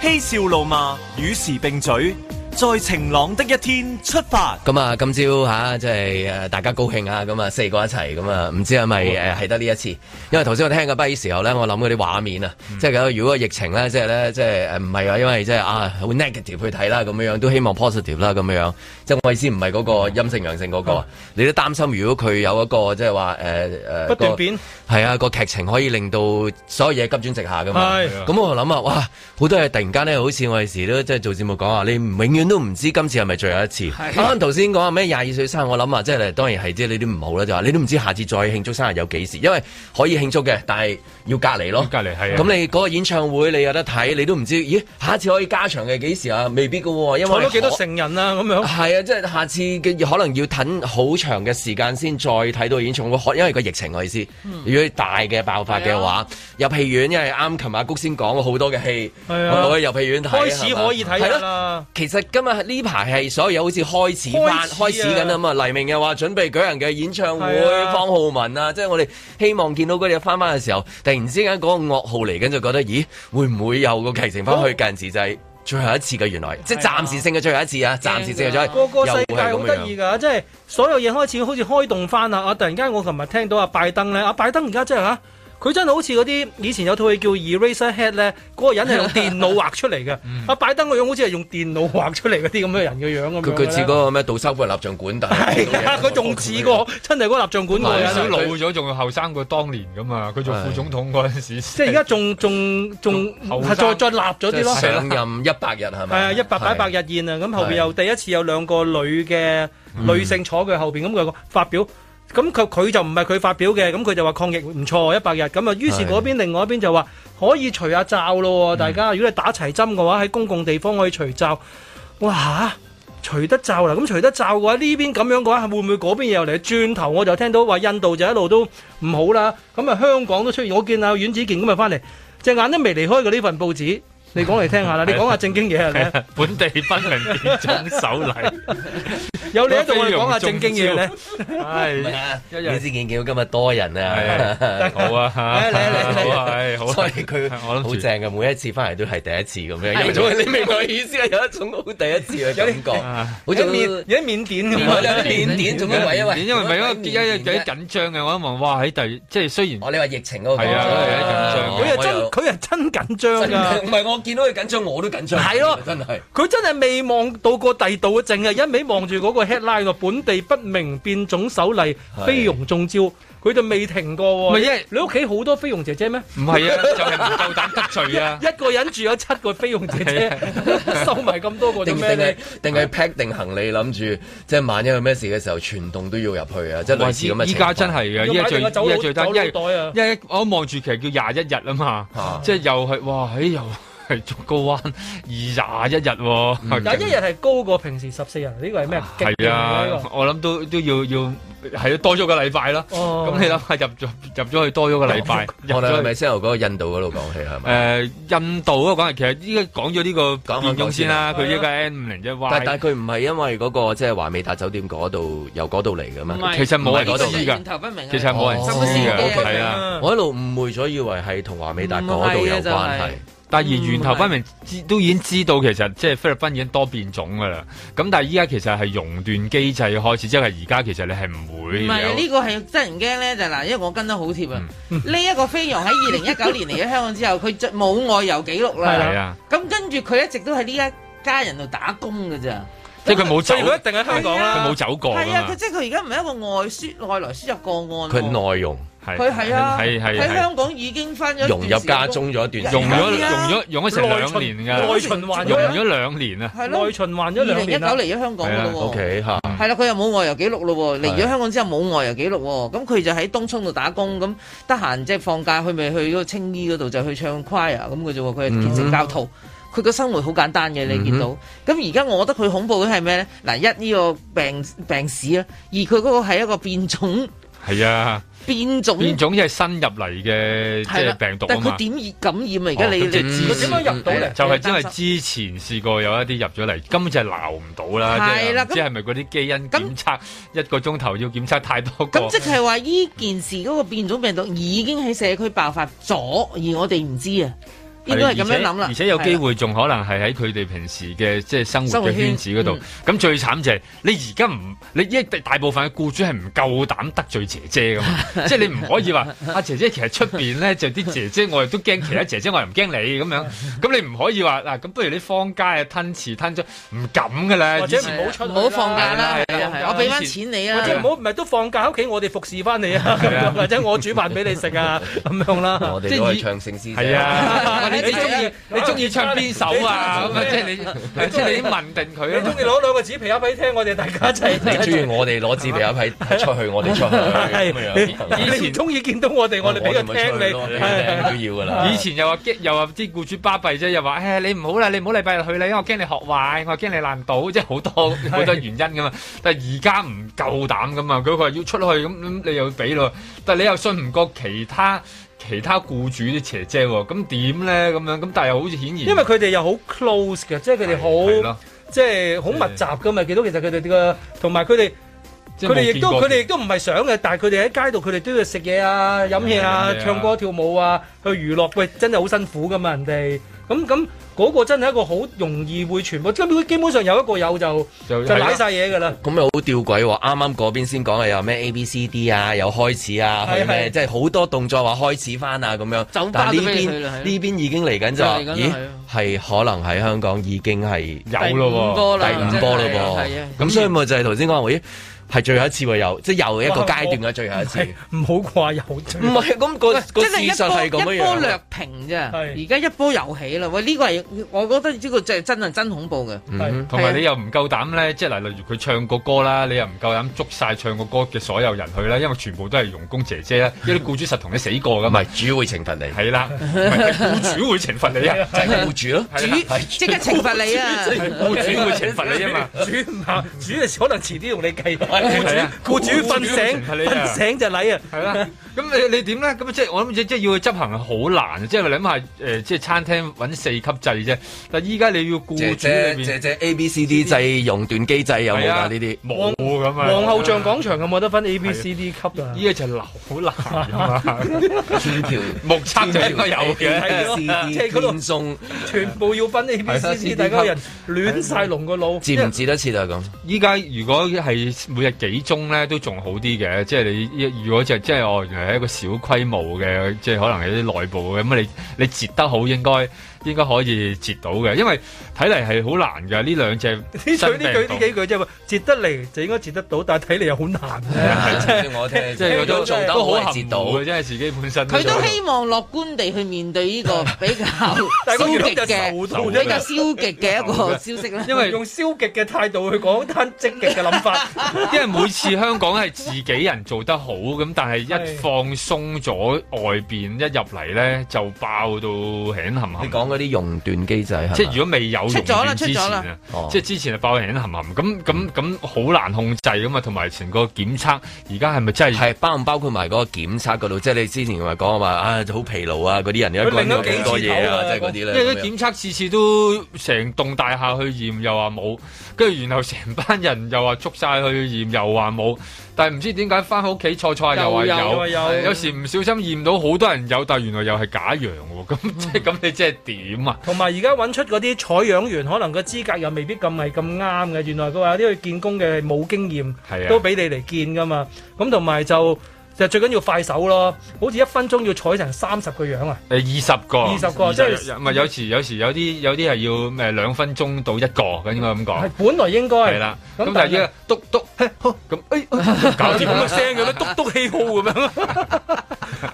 S1: 嬉笑怒罵，與時並嘴，在晴朗的一天出發。
S2: 咁啊，今朝吓即係誒大家高興啊，咁啊四個一齊咁啊，唔知係咪誒係得呢一次？因為頭先我聽嘅跛時候咧，我諗嗰啲畫面啊，即係如果疫情咧，即係咧，即係誒唔係啊，因為即係啊好 negative 去睇啦，咁樣樣都希望 positive 啦，咁樣樣。即係我意思唔係嗰個陰性陽性嗰個啊，你都擔心如果佢有一個即係呃話誒誒
S6: 不斷
S2: 個
S6: 變
S2: 係啊，個劇情可以令到所有嘢急轉直下噶嘛。
S6: 係
S2: 咁我諗啊，哇！好多嘢突然間咧，好似我哋時都即係做節目講啊，你永遠都唔知今次係咪最後一次。啱啱頭先講啊咩廿二歲生日，我諗啊，即係當然係即係你都唔好啦，就話你都唔知下次再慶祝生日有幾時，因為可以慶祝嘅，但係要隔離咯。
S3: 隔離係啊
S2: 咁你嗰個演唱會你有得睇，你都唔知，咦？下一次可以加長嘅幾時啊？未必噶喎，因為
S6: 坐咗幾多
S2: 可
S6: 成人啊？咁 樣
S2: 係啊，即係下次嘅可能要等好長嘅時間先再睇到演唱會，可因為個疫情我意思。
S6: 嗯
S2: 如果大嘅爆發嘅
S6: 啊
S2: 話，入戲院，因為啱琴晚谷先講好多嘅戲，
S6: 係啊
S2: 可以入戲院睇。
S6: 開始
S2: 係嘛
S6: 可以睇
S2: 係
S6: 㗎
S2: 咯
S6: 啦。
S2: 其實今日呢排係所有嘢好似開始
S6: 開
S2: 翻，開
S6: 始
S2: 始
S6: 啊
S2: 緊啊嘛。黎明又話準備舉行嘅演唱會
S6: 係，啊
S2: 方浩文啊，即係我哋希望見到嗰啲翻翻嘅時候，突然之間嗰個噩耗嚟緊，就覺得咦，會唔會有個劇情翻
S6: 哦
S2: 去近時就係最後一次嘅原來，即係暫時性嘅最後一次啊，暫時性嘅最後
S6: 個個
S2: 一次，又
S6: 世
S2: 會
S6: 界
S2: 係
S6: 好
S2: 咁
S6: 得
S2: 樣
S6: 意。㗎，即係所有嘢開始好似開動翻啦！啊，突然間我琴日聽到阿拜登咧，阿拜登而家真係嚇，佢真係好似嗰啲以前有套戲叫《Eraser Head》咧，嗰個人係用電腦畫出嚟嘅。
S2: 嗯
S6: 阿拜登個樣好似係用電腦畫出嚟嗰啲咁嘅人嘅樣咁樣嘅
S2: 佢
S6: 呢。
S2: 佢似 嗰個咩杜修夫立像館，但係
S6: 係啊，佢仲似 過真係嗰個蠟像館嗰個
S2: 係
S6: 人
S2: 啊
S3: 少
S6: 啊。
S3: 老咗，仲後生過當年噶嘛？佢做副總統嗰陣時，
S6: 即係而家仲仲仲
S3: 後
S6: 係再
S3: 生
S6: 再立咗啲咯。
S2: 上任一百日係
S6: 係
S2: 咪？
S6: 啊，一百擺百日宴啊，咁後邊又第一次有兩個女嘅女性坐佢後邊，咁佢有個發表，咁佢佢就唔係佢發表嘅，咁佢就話抗疫唔錯一百日，咁啊，於是
S2: 係
S6: 嗰邊另外一邊就話可以除下罩咯喎，大家如果你打齊針嘅話，喺公共地方可以除罩，哇嚇！除得罩啦，咁除得罩嘅話，呢邊咁樣嘅話，會唔會嗰邊又嚟？轉頭我就聽到話印度就一路都唔好啦，咁啊香港都出現，我見阿阮子健咁啊翻嚟，隻眼都未離開過呢份報紙，你講嚟聽 下啦，你講下正經嘢啊 你。
S4: 本地不明變種手 嚟，
S6: 有你喺度，我哋講下正經嘢咧。
S3: 唉，
S2: 你之見見到今日多人啊，
S3: 係好啊，
S6: 嚟嚟嚟
S3: 好啊，係好啊，
S2: 所以佢
S3: 我諗住
S2: 好正嘅，每一次翻嚟都係第一次咁樣，有種你明白我意思啦，有一種好第一次嘅感覺，好似
S6: 緬而家緬甸咁
S2: 我
S6: 樣
S2: 哋緬甸做乜鬼啊？喂，
S3: 因為咪因為
S2: 緬
S3: 一
S2: 甸
S3: 有幾緊張嘅，我一望哇喺第即係雖然
S2: 我你話疫情嗰個
S3: 係啊
S6: 佢
S3: 嗰
S6: 係真，佢係哦真緊張㗎。
S2: 唔係我見到佢緊張，我都緊張，
S6: 係咯
S2: 真係。
S6: 佢真係未望到個第度嘅症啊！一味望住嗰個 headline 個本地不明變種首例
S2: 係
S6: 飛龍中招，佢就未停過
S3: 唔係
S6: 喎。
S3: 因為
S6: 你屋企好多飛龍姐姐咩？
S3: 唔係啊，就係唔夠膽得罪啊。
S6: 一個人住有七個飛龍姐姐， 收埋咁多個做
S2: 定
S6: 咩
S2: 定係
S6: 咧？
S2: 定係 pack 定行李，諗住即係萬一有咩事嘅時候，全棟都要入去啊！即係類似咁嘅
S3: 哇依
S2: 情況
S3: 家真係嘅，依
S6: 要
S3: 家最
S6: 買定個
S3: 依
S6: 走
S3: 家最得，
S6: 佬走
S3: 因為
S6: 佬袋啊！
S3: 因為我望住其實叫廿一日啊嘛，
S2: 啊
S3: 即係又係哇，喺又係竹篙灣二廿一日喎，
S6: 廿一日係高過平時十四日，呢個係咩？極
S3: 係
S6: 刑嚟
S3: 啊
S6: 㗎呢，個
S3: 我諗都都要要係啊多咗個禮拜啦。
S6: 哦
S3: 咁你諗下入咗入咗去多咗個禮拜，入
S2: 我哋係
S3: 咗去
S2: 咪先由嗰個印度嗰度講起係咪？
S3: 誒印度嗰個講人，其實依家講咗呢個
S2: 講
S3: 變種先啦，
S6: 講先
S3: 佢
S6: 啦
S3: 依家 N 五零一
S2: 但
S3: Y，
S2: 但佢唔係因為嗰、個即係華美達酒店嗰度由嗰度嚟嘅咩？
S3: 其實冇人
S2: 唔係嗰度
S3: 知㗎
S5: 源，頭不明啊
S3: 其實冇人知
S2: 哦
S3: 㗎，
S2: 哦
S3: 係啊。
S6: 嗯
S2: 我一路誤會咗，以為係同華美達嗰度有
S5: 唔係啊
S2: 關
S5: 就係
S2: 係。
S3: 但而源頭分明知都已經知道，其實即係菲律賓已經多變種噶啦。咁但係依家其實係熔斷機制開始，即係而家其實你係唔會
S5: 唔係啊！
S3: 有
S5: 呢個係真人驚咧，就嗱，因為我跟得好貼啊。呢一個飛揚喺二零一九年嚟咗香港之後，佢就冇外遊記錄
S3: 係
S5: 啦。
S3: 啊，
S5: 咁跟住佢一直都喺呢一家人度打工㗎咋。
S3: 即係佢冇走，
S6: 所以佢一
S3: 佢
S6: 定喺香港
S5: 係
S6: 啦。
S5: 啊
S3: 冇走
S2: 哦
S3: 過㗎
S5: 係啊，佢
S3: 嘛。
S5: 即係佢而家唔係一個外輸外來輸入個案喎。
S2: 佢內容
S3: 係
S5: 佢係啊，
S3: 係係
S5: 喺
S3: 係
S5: 香港已經翻咗
S2: 融入家，中咗一段時
S3: 用
S2: 間
S3: 咗
S5: 係啊
S3: 用咗用咗成兩年㗎，
S6: 內循環
S3: 用
S6: 咗
S3: 咗兩年啊。
S5: 係咯
S6: 內，循環咗
S5: 二
S6: 兩
S5: 零一九
S6: 年啦。
S5: 嚟咗香港㗎咯喎。
S2: 啊 ，OK 嚇，
S5: 係啦，佢又冇外遊記錄咯喎，嚟
S2: 係
S5: 咗香港之後冇外遊記錄喎，咁佢就喺東涌度打工，咁得閒即係放假，佢咪去嗰個青衣嗰度就去唱 choir 咁嘅啫喎，佢係虔誠教徒，
S2: 嗯
S5: 佢個生活好簡單嘅，你見到。咁而家我覺得佢恐怖嘅係咩咧？嗱，一呢個病病史啦，二佢嗰個係一個變種
S3: 係啊，
S5: 變種
S3: 變種即係新入嚟嘅即
S5: 嗯係啦
S3: 係病毒
S5: 但
S3: 啊
S5: 係佢
S3: 嘛。
S5: 點易感染啊？而家
S3: 哦
S5: 你
S3: 咁即係
S5: 你
S3: 知
S6: 佢點樣入到
S5: 係
S6: 嚟
S5: 啊？
S3: 嗯就係因為
S5: 擔心
S3: 之前試過有一啲入咗嚟，根本就係鬧唔到啦。
S5: 係啦
S3: 即係唔知係咪嗰啲基因檢測一個鐘頭要檢測太多個
S5: 咁？即係話呢件事嗰個變種病毒已經喺社區爆發咗，而我哋唔知啊，應該係咁樣諗啦。
S3: 而且而且有機
S5: 係啦
S3: 會仲可能係喺佢哋平時嘅即係生活
S5: 生活
S3: 嘅
S5: 圈嗯
S3: 圈子嗰度。咁最慘就係你而家唔，你一大部分嘅僱主係唔夠膽得罪姐姐噶 嘛，即係你唔可以話阿姐姐其實出邊咧就啲姐姐我亦都驚其他姐姐，我又唔驚你咁 樣。咁你唔可以話嗱，咁不如你坊街啊吞詞吞咗，唔敢噶啦。
S6: 或者
S3: 以
S6: 唔
S3: 前
S6: 好出去
S5: 唔好放假啦，
S3: 係
S5: 係
S3: 啦
S5: 啊
S3: 係
S5: 係啊
S3: 啊
S5: 我俾翻
S3: 以前
S5: 錢你
S6: 即係
S5: 啊
S6: 唔，好唔係都放假喺屋企，我哋服侍翻你啊，咁樣或者我煮飯俾你食啊，咁樣啦。
S2: 我哋
S3: 即係
S2: 都係
S3: 以
S2: 唱聖詩啫
S3: 係， 啊，
S5: 你
S3: 你
S5: 自己
S3: 中意你中意唱邊首啊？咁
S6: 你
S3: 啊，即係 你即係你問定佢
S6: 你
S3: 啊嘛
S6: 中。意攞兩個紙皮盒俾聽，我哋大家一
S2: 你
S6: 齊。
S2: 中意我哋攞紙皮一批出去，我哋出去咁樣
S6: 你你唔中意見到我哋，我哋俾佢
S2: 咪
S6: 聽
S2: 出去咯俾
S6: 你。
S2: 佢
S6: 係
S2: 聽都要噶
S6: 啊
S2: 啦。
S3: 以前又話激，又話啲僱主巴閉啫，又話誒、你唔好啦，你唔好禮拜日去啦，因為我驚你學壞，我驚你爛賭，即係好 多好多原因噶嘛。但係而家唔夠膽噶嘛，佢話要出去咁，咁你又要俾咯，但係你又信唔過其他其他僱主啲姐姐喎，咁點咧咁樣？咁但係又好似顯然，
S6: 因為佢哋又好 close 嘅，即係佢
S3: 係
S6: 哋好
S3: 咯，
S6: 即係好密集噶嘛。見到其實佢哋個同埋佢哋
S3: 即係
S6: 佢
S3: 冇
S6: 哋亦都
S3: 見過
S6: 佢哋亦都唔係想嘅，但係佢哋喺街度佢哋都要食嘢啊、飲嘢啊
S3: 係、啊
S6: 唱歌跳舞啊、去娛樂。喂，真係好辛苦噶嘛人哋。咁咁嗰個真係一個好容易會傳播，基本基本上有一個有就
S3: 就
S6: 就攋晒嘢㗎啦。
S2: 咁又好吊詭喎！啱啱嗰邊先講啊，又咩 A B C D 啊，又開始啊，
S6: 係
S2: 去咩
S6: 係
S2: 即係好多動作話開始翻啊咁樣。
S10: 酒吧
S2: 但係呢
S10: 都俾你
S2: 邊
S10: 去啦係
S2: 呢邊已經嚟緊就話，
S10: 嚟緊啦
S2: 咦
S10: 係啊
S2: 係可能喺香港已經係
S3: 有咯
S10: 波
S2: 第
S10: 啦，
S2: 五波咯
S10: 係啊
S2: 噃。，咁所以咪就係頭先講話，咦係最後一次喎又，即係又一個
S6: 哇
S2: 階段嘅最後一次。
S6: 唔好掛有罪
S2: 唔。係咁個
S5: 即
S2: 個事
S5: 係
S2: 實係
S5: 一
S2: 咁
S5: 波一
S2: 樣啊
S5: 波
S2: 樣
S5: 略。平啫，
S6: 係
S5: 而家一波又起啦。喂，呢個係我覺得呢個真係真係真恐怖嘅。
S2: 嗯哼
S3: 同埋你又唔夠膽咧，即係嗱，例如佢唱個歌啦，你又唔夠膽捉晒唱個歌嘅所有人去啦，因為全部都係傭工姐姐啦，因為啲僱主實同你死過噶
S2: 唔
S3: 嘛，
S2: 係主要會懲罰你，
S3: 係啦，僱主會懲罰你啊，
S2: 就 係僱主咯。
S5: 主即刻懲罰你啊！
S3: 僱主會懲罰你啊嘛。
S6: 主唔係主係可能遲啲用你計，
S3: 係啊
S6: 僱主僱主瞓醒
S3: 僱主懲罰你啊
S6: 瞓醒就禮啊！
S3: 系啦，咁你你點咧？咁即係我諗即即係要去執行係好難，即係你諗下誒，即係餐廳揾四級制啫。但依家你要僱
S2: 姐
S3: 主裏
S2: 姐
S3: 邊
S2: 姐姐 A B C D 制熔斷機制有冇
S3: 係啊
S2: 㗎呢 啲？
S3: 冇咁啊，
S6: 皇后像廣場有冇得分 A、B、C、D 級啊？
S3: 依家就流好難啊 嘛，
S2: 天條啊
S3: 目測就應該有嘅。
S2: 嘅，
S6: 即係嗰度
S2: 天送
S6: 全部要分 A、B、C、D，大家人亂晒龍個腦。
S2: 接唔接得切啊咁？
S3: 依家如果係每日幾鐘咧，都仲好啲嘅。即係你如果就即係哦，原來係一個小規模嘅，即係可能係啲內部嘅咁，你你截得好應該應該可以截到嘅，因為睇嚟係好難嘅呢兩隻
S6: 呢句
S3: 新
S6: 呢
S3: 病
S6: 句
S3: 毒
S6: 呢幾句啫喎，截得嚟就應該截得到，但係睇嚟又好難 啊！
S2: 我聽，
S3: 即係
S2: 都
S3: 都
S2: 做得
S3: 都好
S2: 好
S3: 含
S2: 截
S3: 糊
S2: 到。
S3: 嘅，真係自己本身
S5: 佢都
S3: 做
S5: 希望樂觀地去面對呢個比較
S6: 但係
S5: 消
S6: 個原
S5: 極
S6: 因就
S5: 嘅、
S6: 受到
S5: 比較消極嘅一個消息啦。
S3: 因為
S6: 用消極嘅態度去講單積極嘅 諗法，
S3: 因為每次香港係自己人做得好咁，但係一
S6: 係
S3: 放鬆咗外邊一入嚟咧，就爆到輕冚
S2: 你
S3: 冚。
S2: 講嗰啲熔斷機制係
S3: 即
S2: 咪
S3: 係如果未有
S5: 出
S3: 熔
S5: 咗啦
S3: 斷之前
S5: 出咗
S3: 啊
S2: 哦，
S3: 即係之前係爆人含含咁咁咁好難控制咁嘛，同埋成個檢測而家係咪真係
S2: 係包唔包括埋嗰個檢測嗰度？即係你之前咪講話啊，好疲勞啊，嗰啲人一個人
S6: 佢
S2: 有
S6: 擰咗幾
S2: 幾多嘢
S6: 次頭
S2: 啊，
S6: 啊
S2: 即係嗰啲
S3: 因為
S2: 咧
S3: 啲
S2: 咁樣。
S3: 檢測次次都成棟大廈去驗又話冇，跟住然後成班人又話捉晒去驗又話冇，但係唔知點解翻屋企錯錯又話
S10: 又有
S3: 有
S6: 又。有
S3: 有時唔小心驗到好多人有，但原來又係假陽喎，咁即係咁你即係點啊？
S6: 同埋而家揾出嗰啲採樣員，可能個資格又未必咁係咁啱嘅。原來佢話呢個見工嘅係冇經驗，
S3: 係啊
S6: 都俾你嚟見噶嘛。咁同埋就就最緊要快手咯，好似一分鐘要採成三十個樣啊！
S3: 誒二十個，
S6: 20個即係
S3: 唔係有時有時有啲有啲係要誒兩分鐘到一個，咁應該咁講
S6: 係。本來應該
S3: 哦係啦，咁
S6: 咁
S3: 但係
S6: 但
S3: 依家
S6: 係
S3: 篤篤嘿呵咁， 哎哎搞掂咁嘅聲嘅咩？篤篤氣號咁樣，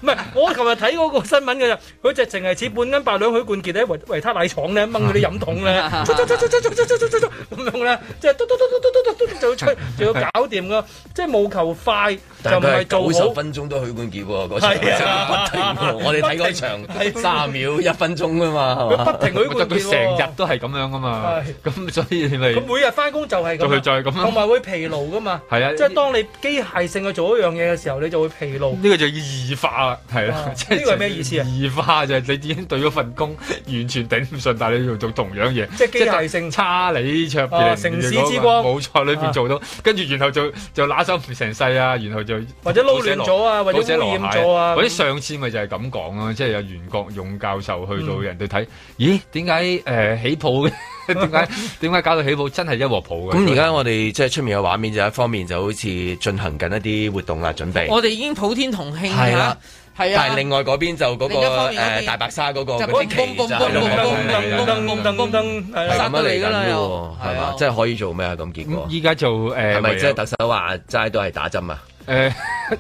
S6: 唔係，我琴日睇嗰個新聞嘅咋，佢就淨係似半斤八兩許冠傑喺維維他奶廠咧掹嗰啲飲筒咧，捽捽捽捽捽捽捽捽捽捽咁樣咧，即係嘟嘟嘟嘟嘟嘟嘟嘟就要吹，就要搞掂噶，即係冇求快就
S2: 但
S6: 唔
S2: 係佢係
S6: 係
S2: 九
S6: 做
S2: 十
S6: 好。
S2: 分鐘都許冠傑喎，嗰場
S6: 係啊
S2: 真係不停 喎。我哋睇嗰場三秒一分鐘㗎嘛， 係
S6: 佢
S2: 嘛？
S6: 不停許
S3: 但
S6: 冠傑
S3: 佢成
S6: 喎
S3: 日，都係咁樣噶嘛
S6: 係，
S3: 咁所以你咪
S6: 佢每日翻工就係
S3: 就
S6: 咁
S3: 去
S6: 啊，
S3: 就係咁
S6: 同
S3: 啦。
S6: 埋會疲勞噶嘛。
S3: 係啊，
S6: 即係當你機械性去做一樣嘢嘅時候，你就會疲勞。
S3: 呢個就叫異化啦，係啦
S6: 啊，
S3: 即係
S6: 呢個係咩意思啊
S3: 異化就係你已經對咗份工完全頂唔順，但係你要做同樣嘢，
S6: 即係機械性
S3: 差你卓別
S6: 啊
S3: 林
S6: 城市之光
S3: 冇錯，裏邊
S6: 啊
S3: 做到，跟住然後就就拿手唔成世啊，然後就
S6: 或者撈亂咗啊，或者
S3: 倒瀉
S6: 污
S3: 籮
S6: 染
S3: 蟹
S6: 咗啊，
S3: 或者上次咪就係咁講咯，即係有袁國勇教授去到
S6: 嗯
S3: 人哋睇，咦點解誒起泡嘅？ 點 解點解搞到起泡真係一鑊泡嘅？
S2: 咁而家我哋即係出面嘅畫面就一方面就好似進行緊一啲活動啦，準備。
S5: 我哋已經普天同慶
S2: 係啦
S5: 啦，係
S2: 但
S5: 啊
S2: 係。另外嗰邊就嗰個
S5: 另一方面嗰邊
S2: 誒大白鯊嗰個
S5: 就
S2: 嗰啲旗就
S5: 嘣嘣
S2: 係
S6: 噔
S5: 嘣嘣嘣嘣嘣嘣
S6: 噔
S5: 嘣
S6: 噔噔噔係
S2: 係
S6: 啦
S2: 咁。樣嚟
S5: 殺到你㗎
S2: 緊
S5: 啦
S2: 嘅
S5: 又
S2: 喎，係
S5: 係
S2: 嘛
S5: 啊？
S2: 即係可以做咩啊？咁結
S3: 咁
S2: 果
S3: 依家就誒
S2: 係咪即係
S3: 唯有
S2: 特首話齋都係打針啊？
S3: 誒？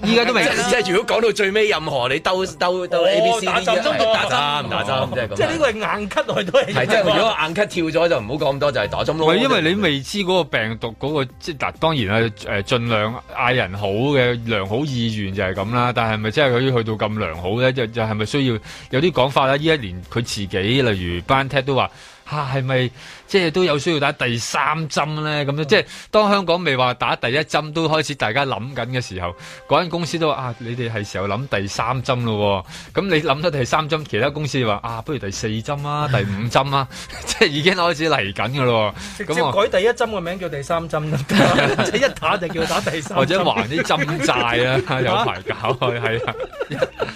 S3: 依家都未
S2: 即。係即係如果講到最尾，任何你兜兜兜
S6: 哦
S2: A B C D
S6: 打針
S2: 係
S6: 打針
S2: 打針打針，即係咁。啊
S6: 即係呢個係硬咳落去都係。
S2: 係即係如果硬咳跳咗就唔好講咁多，就係打針
S3: 唔
S2: 咯。
S3: 係，因為你未知嗰個病毒嗰、個即係嗱，當然啦，誒、盡量呃嗌人好嘅良好意願就係咁啦。但係咪真係佢要去到咁良好咧？就就係咪需要有啲講法啦？依一年佢自己例如班踢都話。嚇係咪即係都有需要打第三針咧？咁樣
S2: 嗯
S3: 即係當香港未話打第一針都開始大家諗緊嘅時候，嗰間公司都話啊，你哋係時候諗第三針咯喎。咁你諗咗第三針，其他公司就話啊，不如第四針啊、第五針啊， 即係已經開始嚟緊㗎咯喎。
S6: 直接
S3: 咁我
S6: 改第一針個名叫第三針得㗎，即係一打就叫打第三針。
S3: 或者還啲針債啦，有排搞佢係啊，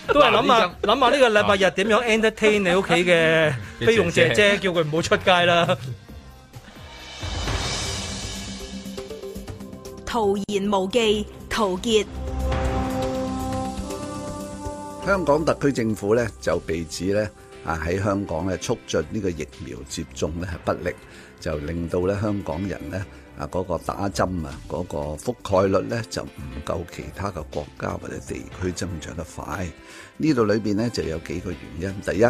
S6: 都係
S3: 還啲
S6: 諗下
S3: 針
S6: 諗下呢個禮拜日點樣 entertain 你屋企嘅菲佣姐姐叫佢唔好出街啦。
S10: 徒言無忌，陶傑。
S11: 香港特區政府咧就被指咧啊喺香港咧促進呢個疫苗接種咧係不力，就令到咧香港人咧啊嗰個打針啊嗰個覆蓋率咧就唔夠其他嘅國家或者地區增長得快。呢度裏邊咧就有幾個原因，第一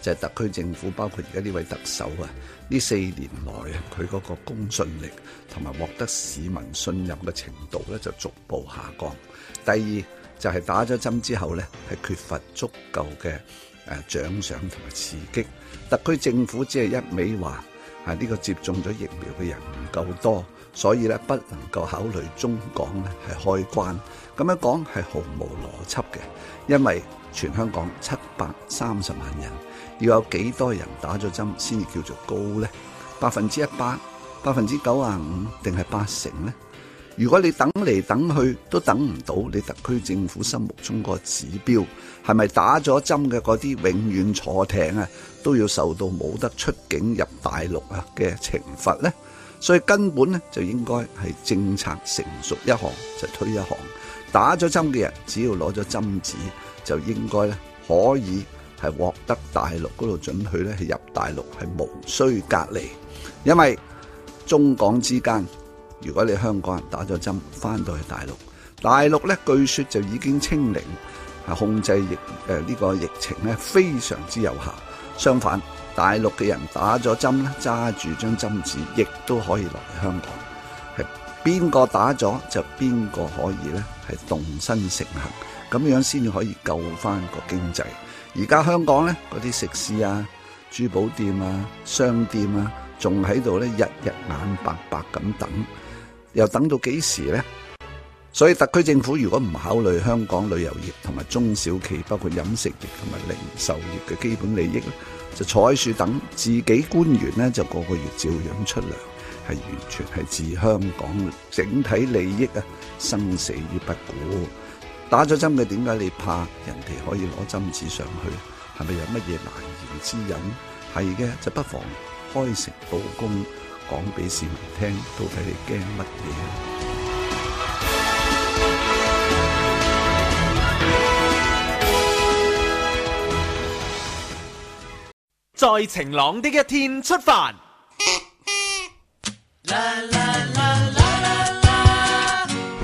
S11: 就係、特區政府包括而家呢位特首啊，呢四年來啊佢嗰個公信力同埋獲得市民信任嘅程度咧就逐步下降。第二就係打咗針之後呢，係缺乏足夠嘅誒獎賞同埋刺激。特區政府只係一味話啊，呢個接種咗疫苗嘅人唔夠多，所以呢不能夠考慮中港呢係開關。咁樣講係毫無邏輯嘅，因為全香港七百三十萬人，要有幾多人打咗針先至叫做高呢？百分之一百、百分之九啊五定係八成呢？如果你等嚟等去都等唔到你特區政府心目中個指標，係咪打咗針嘅嗰啲永遠坐艇啊，都要受到冇得出境入大陸啊嘅懲罰呢？所以根本呢，就應該係政策成熟一項就推一項，打咗針嘅人只要攞咗針紙就應該咧可以係獲得大陸嗰度准許咧係入大陸係無需隔離，因為中港之間。如果你香港人打咗針翻到去大陸，大陸咧據說就已經清零，係控制疫誒呢、呃呢個疫情咧非常之有效。相反，大陸嘅人打咗針咧，揸住張針紙，亦都可以落嚟香港。係邊個打咗就邊個可以咧係動身成行，咁樣先至可以救翻個經濟。而家香港咧嗰啲食肆啊、珠寶店啊、商店啊，仲喺度咧日日眼白白咁等。又等到幾時呢？所以特區政府如果唔考慮香港旅遊業同埋中小企，包括飲食業同埋零售業嘅基本利益咧，就坐喺樹等自己官員呢，就個個月照樣出糧，係完全係置香港整體利益啊生死於不顧。打咗針嘅點解你怕人哋可以攞針紙上去？係咪有乜嘢難言之隱？係嘅，就不妨開誠佈公。講俾市民聽，到底你驚乜嘢？
S7: 在晴朗的一天出發。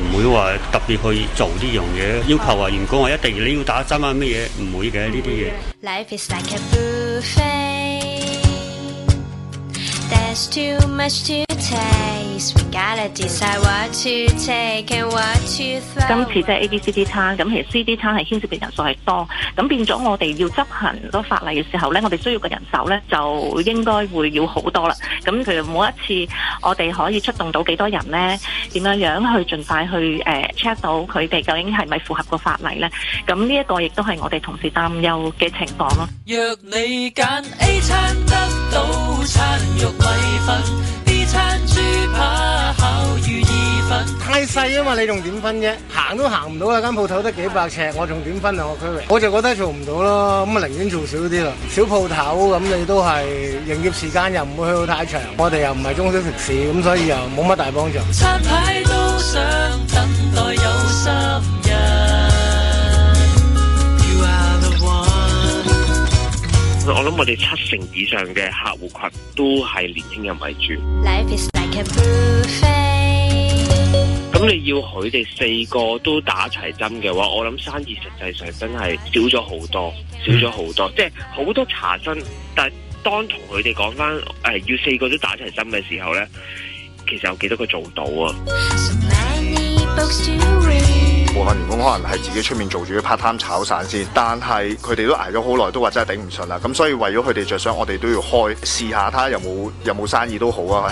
S12: 唔會話特別去做呢樣嘢，要求話員工話一定你要打針啊乜嘢，唔會嘅呢啲嘢。
S13: Life is like a buffet. There's too much to taste. We gotta decide what to take and what to throw.
S14: 今次即係 A、B、C、D 餐，咁其實 C、D 餐係牽涉嘅人數係多，咁變咗我哋要執行嗰法例嘅時候咧，我哋需要嘅人手咧就應該會要好多啦。咁佢每一次我哋可以出動到幾多人咧？點樣樣去盡快去誒呃 check、到佢哋究竟係咪符合個法例咧？咁呢一個亦都係我哋同事擔憂嘅情況咯。
S15: 若你揀 A 餐得到餐肉米粉，B 餐豬扒烤魚意粉。
S16: 太細啊嘛，你仲點分啫？行都行唔到啊！間鋪頭得幾百尺，我仲點分啊？我區域，我就覺得做唔到咯。咁啊，寧願做少啲啦。小鋪頭咁，你都係營業時間又唔會去到太長。我哋又唔係中小食肆，咁所以又冇乜大幫助。
S15: 餐牌都想等待有心人。You are the one。
S17: 我諗我哋七成以上嘅客户群都係年輕人為主，
S13: Life is like a buffet.
S17: 咁你要佢哋四個都打齊針嘅話，我諗生意實際上真係少咗好多，少咗好
S13: 嗯
S17: 多，即係好多查詢，但係當同佢哋講翻誒要四個都打齊針嘅時候呢，其實有幾多個做到啊？
S13: Many books to read.
S18: 部分員工可能係自己出面做住啲 part time 炒散先，但係佢哋都捱咗好耐，都話真係頂唔順啦。咁所以為咗佢哋着想，我哋都要開試下睇下有冇有冇生意都好啊。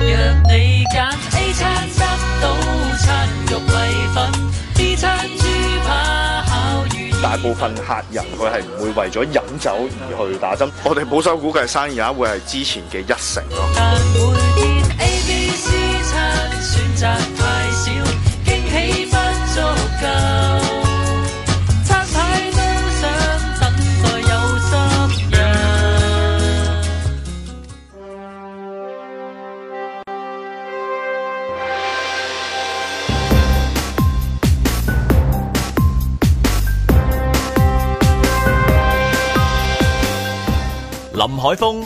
S15: 若你揀 A 餐得到餐肉米粉，B 餐豬扒烤魚。
S18: 大部分客人佢係唔會為咗飲酒而去打針。我哋保守估計生意額會係之前嘅一成咯。
S15: 但每天 A、B、C 餐選擇太少，驚喜不足夠。餐牌都想等待有心人。
S1: 林海峰、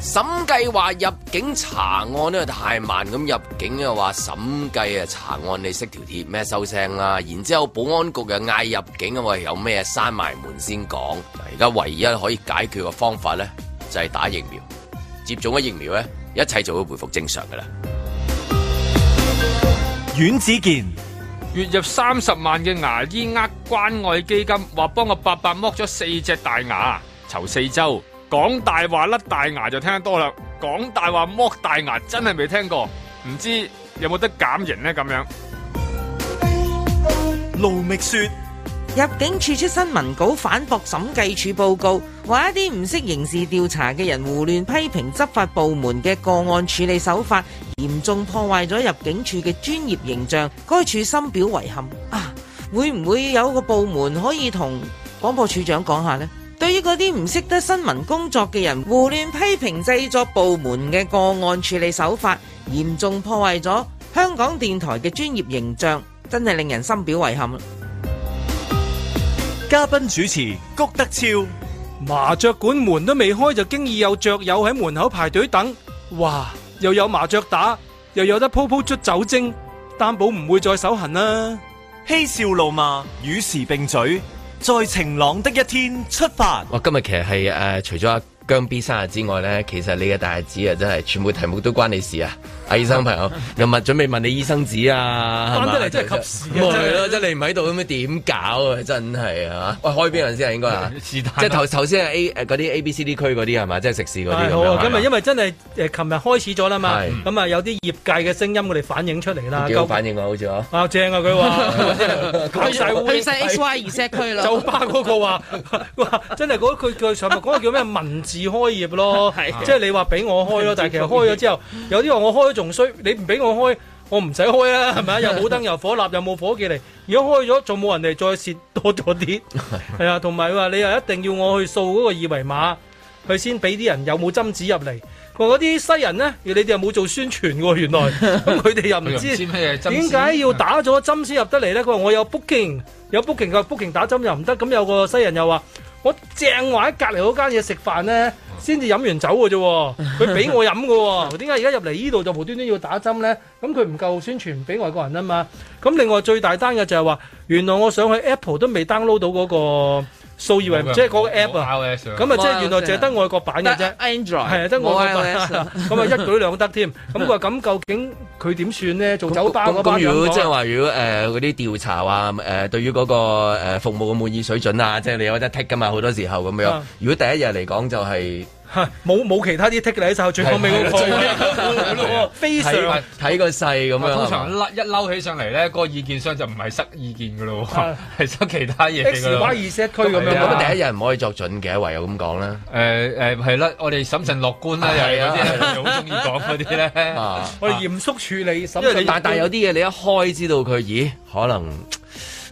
S2: 審計話入境查案咧太慢，咁入境又話審計啊查案，你識條鐵咩收聲啦？然之後保安局又嗌入境啊，喂有咩閂埋門先講。而家唯一可以解決嘅方法咧，就係、打疫苗，接種咗疫苗咧，一切就會回復正常噶啦。
S1: 阮子健。
S3: 月入三十萬嘅牙醫呃關愛基金，話幫我伯伯剝咗四隻大牙，籌四周。講大話甩大牙就聽得多啦，講大話剝大牙真係未聽過，唔知有冇得減刑呢？咁樣。
S1: 盧覓雪
S5: 入境處出新聞稿反駁審計署報告，話一啲唔識刑事調查嘅人胡亂批評執法部門嘅個案處理手法，嚴重破壞咗入境處嘅專業形象，該處深表遺憾。啊，會唔會有個部門可以同廣播處長講下呢？對於嗰啲唔識得新聞工作嘅人，胡亂批評製作部門嘅個案處理手法，嚴重破壞咗香港電台嘅專業形象，真係令人深表遺憾啦。
S1: 嘉賓主持谷德超。
S6: 麻雀館門都未開就經已有雀友喺門口排隊等，哇！又有麻雀打，又有得鋪鋪捽酒精，擔保唔會再手痕啦。
S1: 嬉笑怒罵，與時並嘴，在晴朗的一天出發。
S2: 我今日其實係誒、呃除咗阿姜 B 生日之外咧，其實你嘅大日子啊，真係全部題目都關你 事啊！阿醫生朋友，又問準備問你醫生紙啊，
S6: 翻
S2: 係
S6: 得
S2: 嘛
S6: 嚟真係及時
S2: 咪係
S6: 啊
S2: 咯，！真係你唔喺度咁樣點搞啊？真係啊！喂，開邊輪先啊？應 該啊，即係頭頭先係 A 誒嗰啲 A、B、C、D 區嗰啲係嘛？即係食肆嗰啲
S6: 係
S2: 咁
S6: 好
S2: 樣
S6: 啊！
S2: 係
S6: 咁
S2: 嘛
S6: 啊，因為真係誒，琴日開始咗啦嘛
S2: 係，
S6: 咁啊有啲業界嘅聲音我哋反映出嚟啦。
S2: 幾好
S6: 究
S2: 反應啊，好似啊。
S6: 啊正啊！佢 話講晒烏
S5: 去晒 H Y 二 set 區啦。
S6: 酒吧嗰個話 話真係嗰佢佢上面嗰個叫咩文字開業咯，即係你話俾我開咯，但係其實開咗之後，有啲話我開咗仲衰，你唔俾我開，我唔使開啊，係咪啊？又冇燈又火蠟又冇伙計嚟，如果開咗仲冇人嚟，再蝕多咗啲，係啊，同埋話你又一定要我去掃嗰個二維碼，佢先俾啲人有冇針紙入嚟。佢話嗰啲西人呢，你哋又冇做宣傳喎，原來咁佢哋又唔
S3: 佢又唔
S6: 知
S3: 知咩係針
S6: 點
S3: 紙
S6: 解要打咗針先入得嚟咧？佢話我有 booking，有 booking 佢話 booking 打針又唔得。咁有個西人又話：我正話喺隔離嗰間嘢食飯咧，先至飲完酒嘅啫喎，佢俾我飲嘅喎。點解而家入嚟呢度就無端端要打針咧？咁佢唔夠宣傳俾外國人啊嘛。咁另外最大單嘅就係話，原來我上去 Apple 都未 download 到嗰個數二維，即係嗰個 app 啊。咁啊，即係原來淨係得外國版嘅啫
S5: ，Android
S6: 係啊，得外國版，
S5: 冇 iOS 啊
S6: 咁啊一舉兩得添。咁佢話咁究竟佢點算咧？做酒吧
S2: 咁
S6: 嗰班
S2: 咁如果
S6: 人講
S2: 即係話，如果誒嗰啲調查話誒對於嗰個誒服務嘅滿意水準啊，即係你有得剔噶嘛，好多時候咁樣
S6: 啊。
S2: 如果第一日嚟講就係
S6: 冇冇其他啲 tick 喺晒最後尾嗰
S2: 係係係
S6: 個，非常
S2: 睇睇個勢咁樣。
S3: 啊通常甩一嬲起上嚟咧，個意見箱就唔係塞意見噶咯
S6: 係，
S3: 係塞其他嘢㗎
S6: X
S3: 咯
S6: Y 二 set 區咁樣。
S2: 咁啊第一日唔可以作準嘅，唯有咁講啦。
S3: 誒誒係啦，我哋審慎樂觀啦，又係嗰啲人好中意講嗰啲咧。
S6: 我哋嚴肅處理，審
S2: 因為
S6: 慎
S2: 你但但有啲嘢你一開知道佢，咦可能。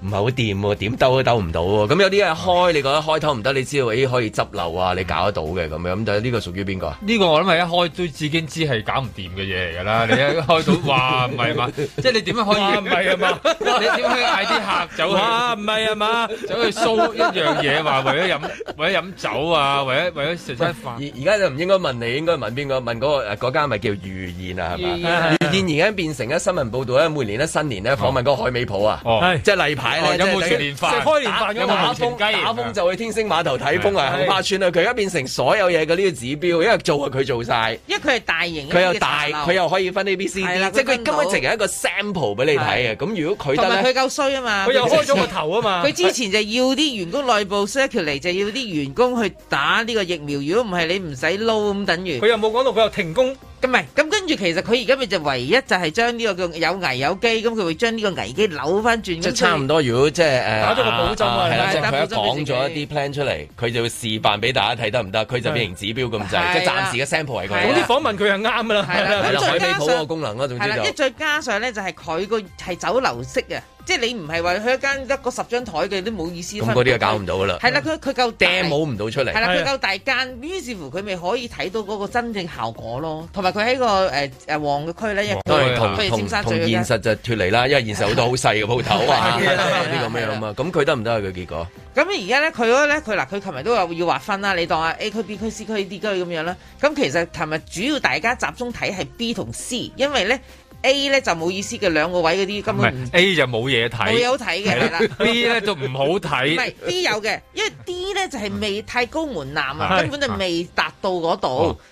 S2: 唔係好掂喎，點兜都兜唔到喎。咁有啲嘢開，你覺得開頭唔得，你知道咦可以執漏啊，你搞得到嘅咁樣。咁但係呢個屬於邊個啊？
S3: 呢個我諗係一開都已經知係搞唔掂嘅嘢嚟㗎啦，你一開到哇唔係嘛，即係你點樣可以
S6: 哇唔係啊嘛
S3: 你點可以嗌啲客走去
S6: 哇唔係啊嘛，
S3: 走去 show 一樣嘢話為咗飲為咗飲酒啊，為咗為咗食餐
S2: 而
S3: 飯。
S2: 而家就唔應該問你，應該問邊個？問嗰、個呃嗰間咪叫預言啊，係
S3: 預
S2: 嘛
S3: 言？
S2: 預言而家變成咧新聞報導咧，每年咧新年咧訪問嗰個海味鋪啊，
S3: 係
S2: 即係例牌
S3: 哦
S2: 咧，
S3: 有冇
S2: 即係
S3: 食年飯
S2: 即係
S3: 開年飯嗰個
S2: 打打
S3: 行程
S2: 風
S3: 雞
S2: 打風就去天星碼頭睇風啊，
S5: 係
S2: 杏花村啊，佢而家變成所有嘢嘅呢個指標，因為做係佢做晒。
S5: 因為佢係大型，
S2: 佢又大，佢又可以分 A、B、C、D，
S5: 係啦
S2: 即係
S5: 佢分
S2: 佢
S5: 到
S2: 根本淨係一個 sample 俾你睇嘅。啊咁如果佢
S5: 同埋
S2: 得
S5: 佢
S2: 咧，
S5: 夠衰啊嘛！
S2: 佢又開咗個頭
S6: 啊嘛
S5: 佢之前就要啲員工內部 circulate，就要啲員工去打呢個疫苗。如果唔係，你唔使撈咁等於。
S6: 佢又冇講到佢又停工。
S5: 咁唔係，咁跟住其實佢而家咪就唯一就係將呢個叫有危有機，咁佢會將呢個危機扭翻轉。
S2: 即係
S5: 咁
S2: 差唔多。如果即係誒，
S5: 打咗個保針啊
S2: 係啦，
S5: 係
S2: 即係
S5: 打
S2: 佢
S5: 保
S2: 一
S5: 針俾
S2: 講
S5: 自己
S2: 咗一啲 plan 出嚟，佢就會示範俾大家睇得唔得，佢就變成指標咁滯，
S5: 係啦
S2: 即係暫時嘅 sample 係
S6: 總之
S2: 佢。
S6: 訪問佢係啱㗎啦。
S5: 係啦
S2: 係
S5: 咁
S2: 啦，海
S5: 再
S2: 味
S5: 加
S2: 鋪個
S5: 上
S2: 功能啦，總
S5: 係
S2: 之
S5: 啦，
S2: 就
S5: 一再加上咧就係佢個係酒樓式啊，即即係你唔係話去一間得嗰十張台嘅都冇意思。
S2: 咁嗰啲就搞唔到㗎啦
S5: 係啦，佢佢夠大
S2: 掟冇唔到出嚟
S5: 係啦，
S2: 係
S5: 佢
S2: 啊
S5: 夠大間，於是乎佢咪可以睇到嗰個真正效果咯。同埋佢喺個誒誒旺嘅區咧，一
S2: 當然
S5: 佢哋尖
S2: 同同
S5: 沙咀嗰
S2: 同
S5: 間
S2: 現實就脱離啦，因為現實好多好細嘅鋪頭啊，
S5: 係啊係啊
S2: 呢個咩咁啊？咁佢得唔得啊？佢結果
S5: 咁而家咧，佢嗰咧，佢嗱，佢琴日都有要劃分啦，你當啊 A 區、B 區、C 區、D 區咁樣啦。咁其實琴日主要大家集中睇係 B 同 C，因為咧 A 咧就冇意思嘅兩個位嗰啲根
S3: 唔
S5: 本
S3: 係
S5: 唔
S3: A 就冇嘢睇，
S5: 冇嘢好睇嘅係啦
S3: 係啦，B 咧就唔好
S5: 唔
S3: 睇，
S5: 係 D 有嘅，因為 D 咧就係未太高門檻啊，
S3: 係
S5: 根本就未達到嗰
S3: 哦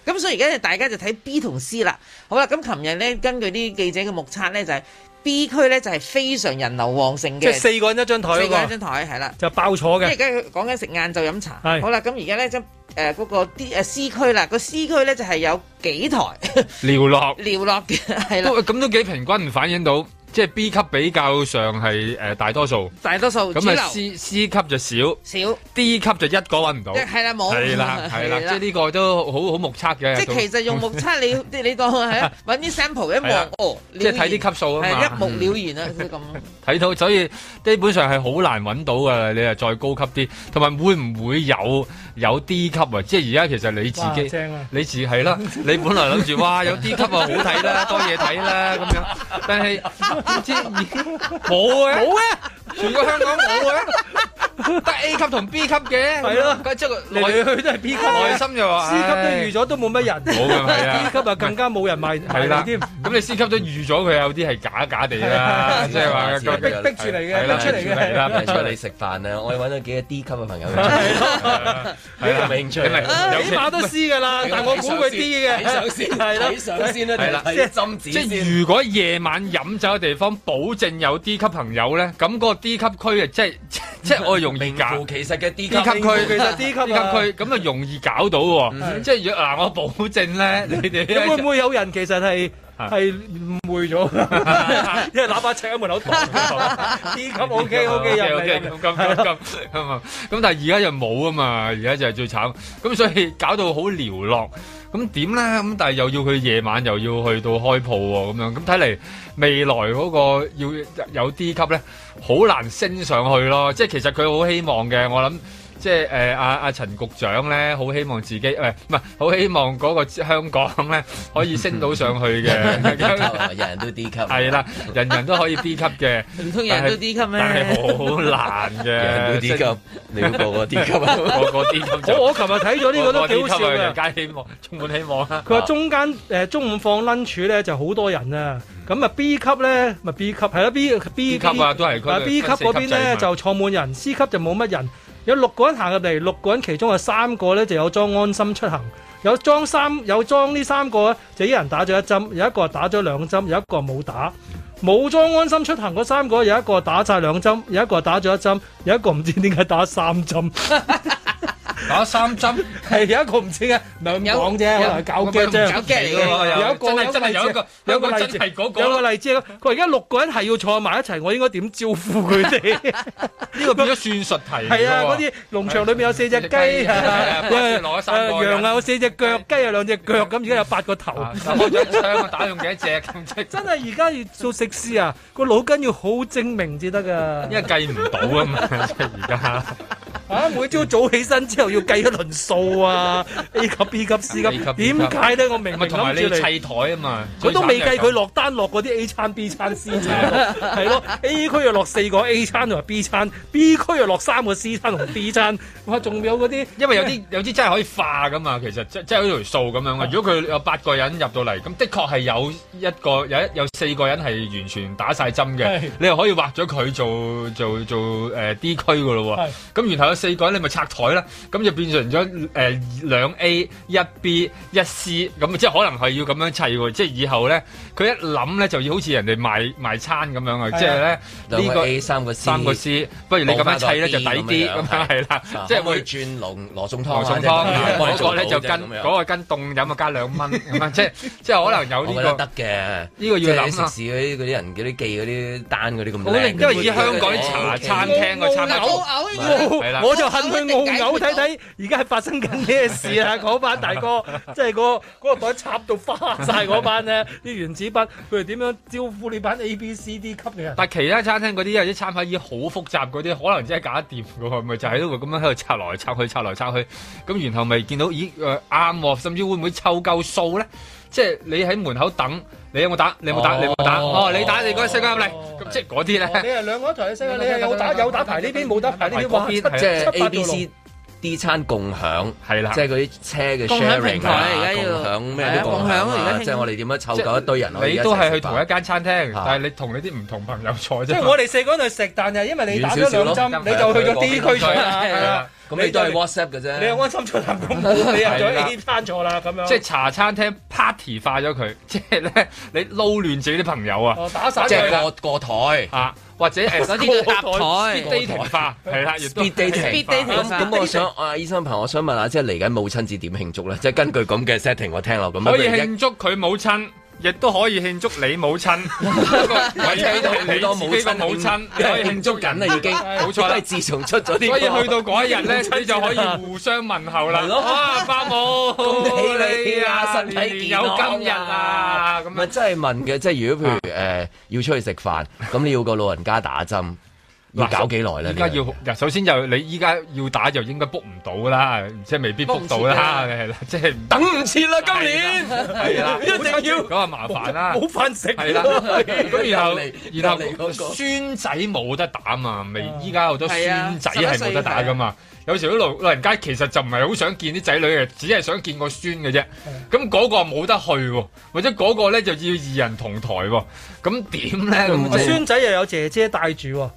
S5: 度，咁所以而家就大家就睇 B 同 C 啦。好啦，咁琴日咧根據啲記者嘅目測咧就係 B 區咧就係非常人流旺盛嘅，
S6: 即係四個人一張台嗰個
S5: 四個人一張台係啦，
S6: 就爆坐嘅
S5: 因為而家佢講緊食晏晝飲茶，
S6: 係
S5: 好啦，咁而家咧就誒嗰個 D 誒 C 區啦，個 C 區咧就係有幾台
S3: 寥落。
S5: 寥落嘅係啦
S3: 都，咁都幾平均，反映到即係 B 級比較上係誒大多數，
S5: 大多數主
S3: 咁
S5: 流
S3: 啊 C C 級就少，
S5: 少
S3: D 級就一個揾唔到，
S5: 即係係啦冇
S3: 係啦 係啦，
S5: 係
S3: 即
S5: 啦
S3: 係呢個都好好目測嘅。
S5: 即係其實用目 測你你你當係啊揾啲 sample 一
S3: 係啊
S5: 望哦，
S3: 即係睇啲級數啊嘛
S5: 係一目了然啊，即係咁。
S3: 睇到，所以基本上係好難揾到噶。你係再高級啲，同埋會唔會有有 D 級啊？即係而家其實你自
S6: 哇
S3: 己，
S6: 正啊
S3: 你自係 啦，你本來諗住哇有 D 級啊好睇啦，多嘢睇啦咁樣，但係唔知冇啊，冇啊，全個香港冇啊。得 A 級同 B 級嘅，
S6: 係咯
S3: 咁即係
S6: 嚟嚟去都係 B 級啊，
S3: 內心就話
S6: C 級
S3: 唉
S6: 都預咗都冇乜人，
S3: 冇㗎係啊
S6: B 級啊更加冇人賣
S3: 係
S6: 係
S3: 啦，
S6: 啦
S3: 咁
S6: 添。
S3: 你 C 級都預咗佢有啲係假假地 啦，
S2: 係
S3: 即係話
S2: 知道知道
S6: 逼逼住嚟嘅
S2: 係啦
S6: 逼出嚟嘅
S2: 逼係啦，
S6: 係啦
S2: 逼出嚟食飯啊！我哋揾咗幾個 D 級嘅朋友，係啦，有冇興趣？
S6: 唉起碼都 C 㗎啦，但我估佢 D 嘅，
S2: 睇相先
S6: 係啦
S2: 睇相先啦
S3: 係啦，
S2: 睇
S3: 即係
S2: 針紙先
S3: 即係如果夜晚飲酒嘅地方，保證有 D 級朋友咧，咁個 D 級區啊，即係即即係我容易搞。
S2: 其實嘅 D 級
S3: D 級區，
S2: 其實 D 級啊
S3: 區，咁啊容易搞到喎。即係若嗱，我保證咧，你哋
S6: 咁會唔會有人其實係
S3: 啊
S6: 係誤會 咗？因為喇叭尺喺門口擋 D 級 OK OK 入
S3: OK，OK，
S6: 嚟
S3: 咁咁咁咁啊！咁但係而家就冇啊嘛，而家就係最慘，咁所以搞到好寥落。咁點咧？咁但係又要佢夜晚又要去到開鋪喎，咁樣咁睇嚟未來嗰個要有 D 級咧，好難升上去咯。即係其實佢好希望嘅，我諗。即係誒阿阿陳局長咧，好希望自己誒唔係好希望嗰個香港咧可以升到上去嘅，人
S2: 人都 D 級，
S3: 係啦，人人都可以 D 級嘅，
S5: 唔通人人都 D 級咩
S3: 但係好難嘅，
S2: 人都 D 級你要個個 D 級啊
S3: 個個 D 級就。
S6: 我我琴日睇咗呢個都幾好笑嘅
S3: 我個 D 級啊更加希望，充滿希望啊啦。
S6: 佢話中間誒、呃中午放 lunch 咧就好多人啊，咁啊 B 級咧咪 B 級係啦 B B
S3: 嗯 B 級啊都係佢
S6: B 級
S3: 分四級
S6: 嗰邊
S3: 制啊嘛
S6: 咧就坐滿人，C 級就冇乜人，有六個人行入嚟，六個人其中有三個咧就有裝安心出行，有裝三有裝呢三個咧就一人打咗一針，有一個打咗兩針，有一個冇打。
S3: 嗯
S6: 冇裝安心出行嗰三個，有一個打晒兩針，有一個打咗一針，有一個唔知點解打三 針。
S3: 打三針
S6: 係有一個唔知嘅，兩講啫，可能係搞嘅啫，
S3: 搞 gag 嚟嘅
S6: 有一個
S3: 真係真係有一個
S6: 有一個例
S3: 有一個
S6: 子
S3: 真係嗰個
S6: 有個例子，佢話而家六個人係要坐埋一齊，我應該點招呼佢哋？
S3: 呢個變咗算術題嚟㗎喎。
S6: 係啊，嗰啲農場裏面有四隻雞，
S3: 係啊
S6: 啊
S3: 攞咗三個人
S6: 羊啊有四隻腳，雞有兩隻腳，咁而家有八個頭。
S3: 攞咗槍啊打用幾多隻咁即係
S6: 真係而家要做食肆啊，個腦筋要好精明至得㗎。
S3: 因為計唔到啊嘛，即係而家。
S6: 啊！每朝早起身之後要計一輪數啊，A 級、B 級、C 級
S3: A 級，B 級
S6: 點解咧？我明
S3: 咪啊
S6: 明
S3: 同埋
S6: 諗
S3: 你
S6: 住
S3: 要
S6: 嚟
S3: 砌台啊嘛，
S6: 我都未計
S3: 最慘
S6: 佢
S3: 就係咁
S6: 落單落嗰啲 A 餐、B 餐、C 餐，係咯 A 區又落四個 A 餐同埋 B 餐，B 區又落三個 C 餐同 D 餐，哇！仲有嗰啲，
S3: 因為有啲有啲真係可以化噶嘛，其實即即係有條數咁樣嘅。如果佢有八個人入到嚟，咁的確係有一個有一有四個人係完全打晒針嘅
S6: 係，
S3: 你又可以劃咗佢做做做誒、呃 D 區噶咯喎。咁然後有四個人，你咪拆台啦，咁就變成咗誒兩 A 一 B 一 C，咁啊即係可能係要咁樣砌喎。即係以後咧，佢一諗咧就要好似人哋賣賣餐咁樣啊，
S2: 係啊
S3: 即係咧
S2: 兩個
S3: 呢個
S2: A，三個 C
S3: 三個 C，不如你咁樣砌咧就抵啲咁樣係啦，即係
S2: 啊可
S3: 會
S2: 以。轉龍羅宋湯啊，
S3: 羅宋湯
S2: 即係幫你
S3: 嗰
S2: 做
S3: 個咧
S2: 到
S3: 就
S2: 啫
S3: 跟
S2: 咁樣
S3: 嗰個跟凍飲啊加兩蚊咁啊，即係即係可能有
S2: 我
S3: 呢
S2: 覺
S3: 個
S2: 得得嘅，
S3: 呢個要諗啊
S2: 即係食肆嗰啲嗰啲人嗰啲記嗰啲單嗰啲咁
S3: 好
S2: 靚，
S3: 因為以香港啲茶餐廳個餐
S2: 我
S3: 廳
S2: 係啦
S6: 我就恨佢戇牛睇睇，而家係發生緊咩事啊？嗰班大 哥，即係嗰嗰個袋插到花晒嗰班咧，啲原子筆，佢哋點樣招呼你班 A、B、C、D 級嘅人？
S3: 但其他餐廳嗰啲有啲餐牌已經好複雜嗰啲，可能真係搞得掂嘅喎，咪就喺度咁樣喺度拆來拆去、拆來拆去，咁然後咪見到咦誒啱喎，甚至會唔會湊夠數咧？即係你喺門口等，你有冇打？你有冇打？你有冇打？哦，你打你嗰四個入嚟，咁即係嗰啲咧。
S6: 你係兩個一台西啊你係有打有打牌呢邊，冇打牌呢
S2: 係
S6: 邊，
S2: 嗰
S6: 哇！
S2: 邊
S6: 七
S2: 即係
S6: 七八
S2: A、
S6: 條
S2: B、
S6: 路
S2: C、D 餐共享，
S3: 係啦
S2: 即係嗰啲車嘅
S3: 共享平
S2: sharing
S3: 台
S2: 啊
S3: 而家要
S2: 共享
S3: 係
S2: 咩
S3: 啊
S2: 都共
S3: 共
S2: 享
S3: 享啊而
S2: 啊
S3: 家，興
S2: 即係我哋點樣湊夠一堆人可以
S3: 你
S2: 一齊
S3: 都係
S2: 食
S3: 去
S2: 飯
S3: 同一間餐廳，
S2: 嚇
S3: 但係你同你啲唔同朋友坐啫。
S6: 即係我哋四個人去食，但係因為你打咗兩針，你就去咗 D 區坐啦，係啊啦。
S2: 咁你都係 WhatsApp 嘅啫。
S6: 你又安心出行咁，你入
S3: 係啦
S6: 咗 A 餐坐啦，咁樣。
S3: 即係茶餐廳 party 化咗佢， 即係咧你撈亂自己啲朋友啊
S6: 哦，打散佢
S3: 即係
S2: 個個台
S3: 啊，或者 誒
S2: 嗰啲叫搭台
S3: speed dating 化係啦，亦都
S2: speed dating 咁咁，我想啊，醫生朋友，我想問下，即係嚟緊母親節點慶祝咧？即係根據咁嘅 setting，我聽落咁樣
S3: 可以
S2: 不如一
S3: 慶祝佢母親。亦都可以慶祝你母 親，我你自己個母親，你可以慶祝
S2: 緊啦已經
S3: 冇錯啦。
S2: 因為自從出咗啲
S3: 所以去到嗰一日咧，你就可以互相問候啦。
S2: 係咯
S3: 啊，伯母，
S2: 恭喜你
S3: à,
S2: 啊，身
S3: 哦年
S2: 體
S3: 年
S2: 健康
S3: 有今日啊！
S2: 咁咪真係問嘅，即係如果譬如誒要出去食飯，咁你要個老人家打針，要搞幾耐咧？
S3: 依家要嗱，首先就你依家要打就應該 book 唔到啦，即係未必 book 到啦，
S2: book 唔切 㗎
S3: 係啦，即係
S2: 等唔切啦，今年
S3: 係啦，
S2: 一定要
S3: 咁啊麻煩啦，
S2: 冇飯食
S3: 係 啦，咁然後
S2: 又嚟
S3: 然後
S2: 又嚟嗰個
S3: 孫仔冇得打嘛，未依家好多
S2: 係啊
S3: 孫仔係冇得打噶嘛。有時啲老老人家其實就唔係好想見啲仔女嘅，只係想見個孫嘅啫。咁嗰個冇得去喎，或者嗰個咧就要二人同台喎。咁點咧？咁啊即係
S6: 孫仔又有姐姐帶住喎，
S3: 啊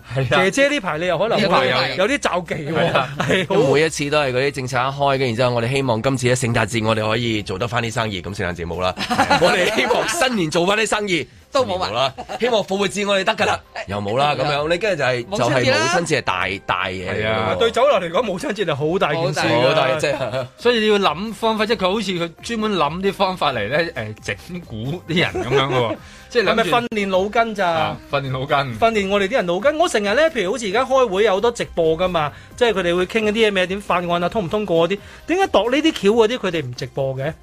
S6: 姐姐呢排你又可能
S3: 呢排有
S6: 有啲罩忌
S2: 係
S6: 喎
S2: 啊，咁每一次都係嗰啲政策一開，跟然之後我哋希望今次咧聖誕節我哋可以做得翻啲生意，咁聖誕節冇啦。我哋希望新年做翻啲生意，都
S5: 啊
S2: 冇啦。希望復活節我哋得㗎啦，又冇啦咁樣。你跟住就係
S6: 母
S2: 就
S6: 親節啦
S2: 係母親節係大大嘢嚟㗎喎。
S6: 對酒樓嚟講，母親節係好大件事㗎
S2: 好大好大真係
S3: 所以你要諗方法，即係佢好似佢專門諗啲方法嚟咧，誒整蠱啲人咁樣嘅喎，即係
S6: 係咪
S3: 諗住
S6: 訓練腦筋咋
S3: 啊？訓練腦筋。
S6: 訓練我哋啲人腦筋。我成日咧，譬如好似而家開會有好多直播噶嘛，即係佢哋會傾嗰啲嘢咩點法案啊，通唔通過嗰啲？點解度呢啲橋嗰啲佢哋唔直播嘅？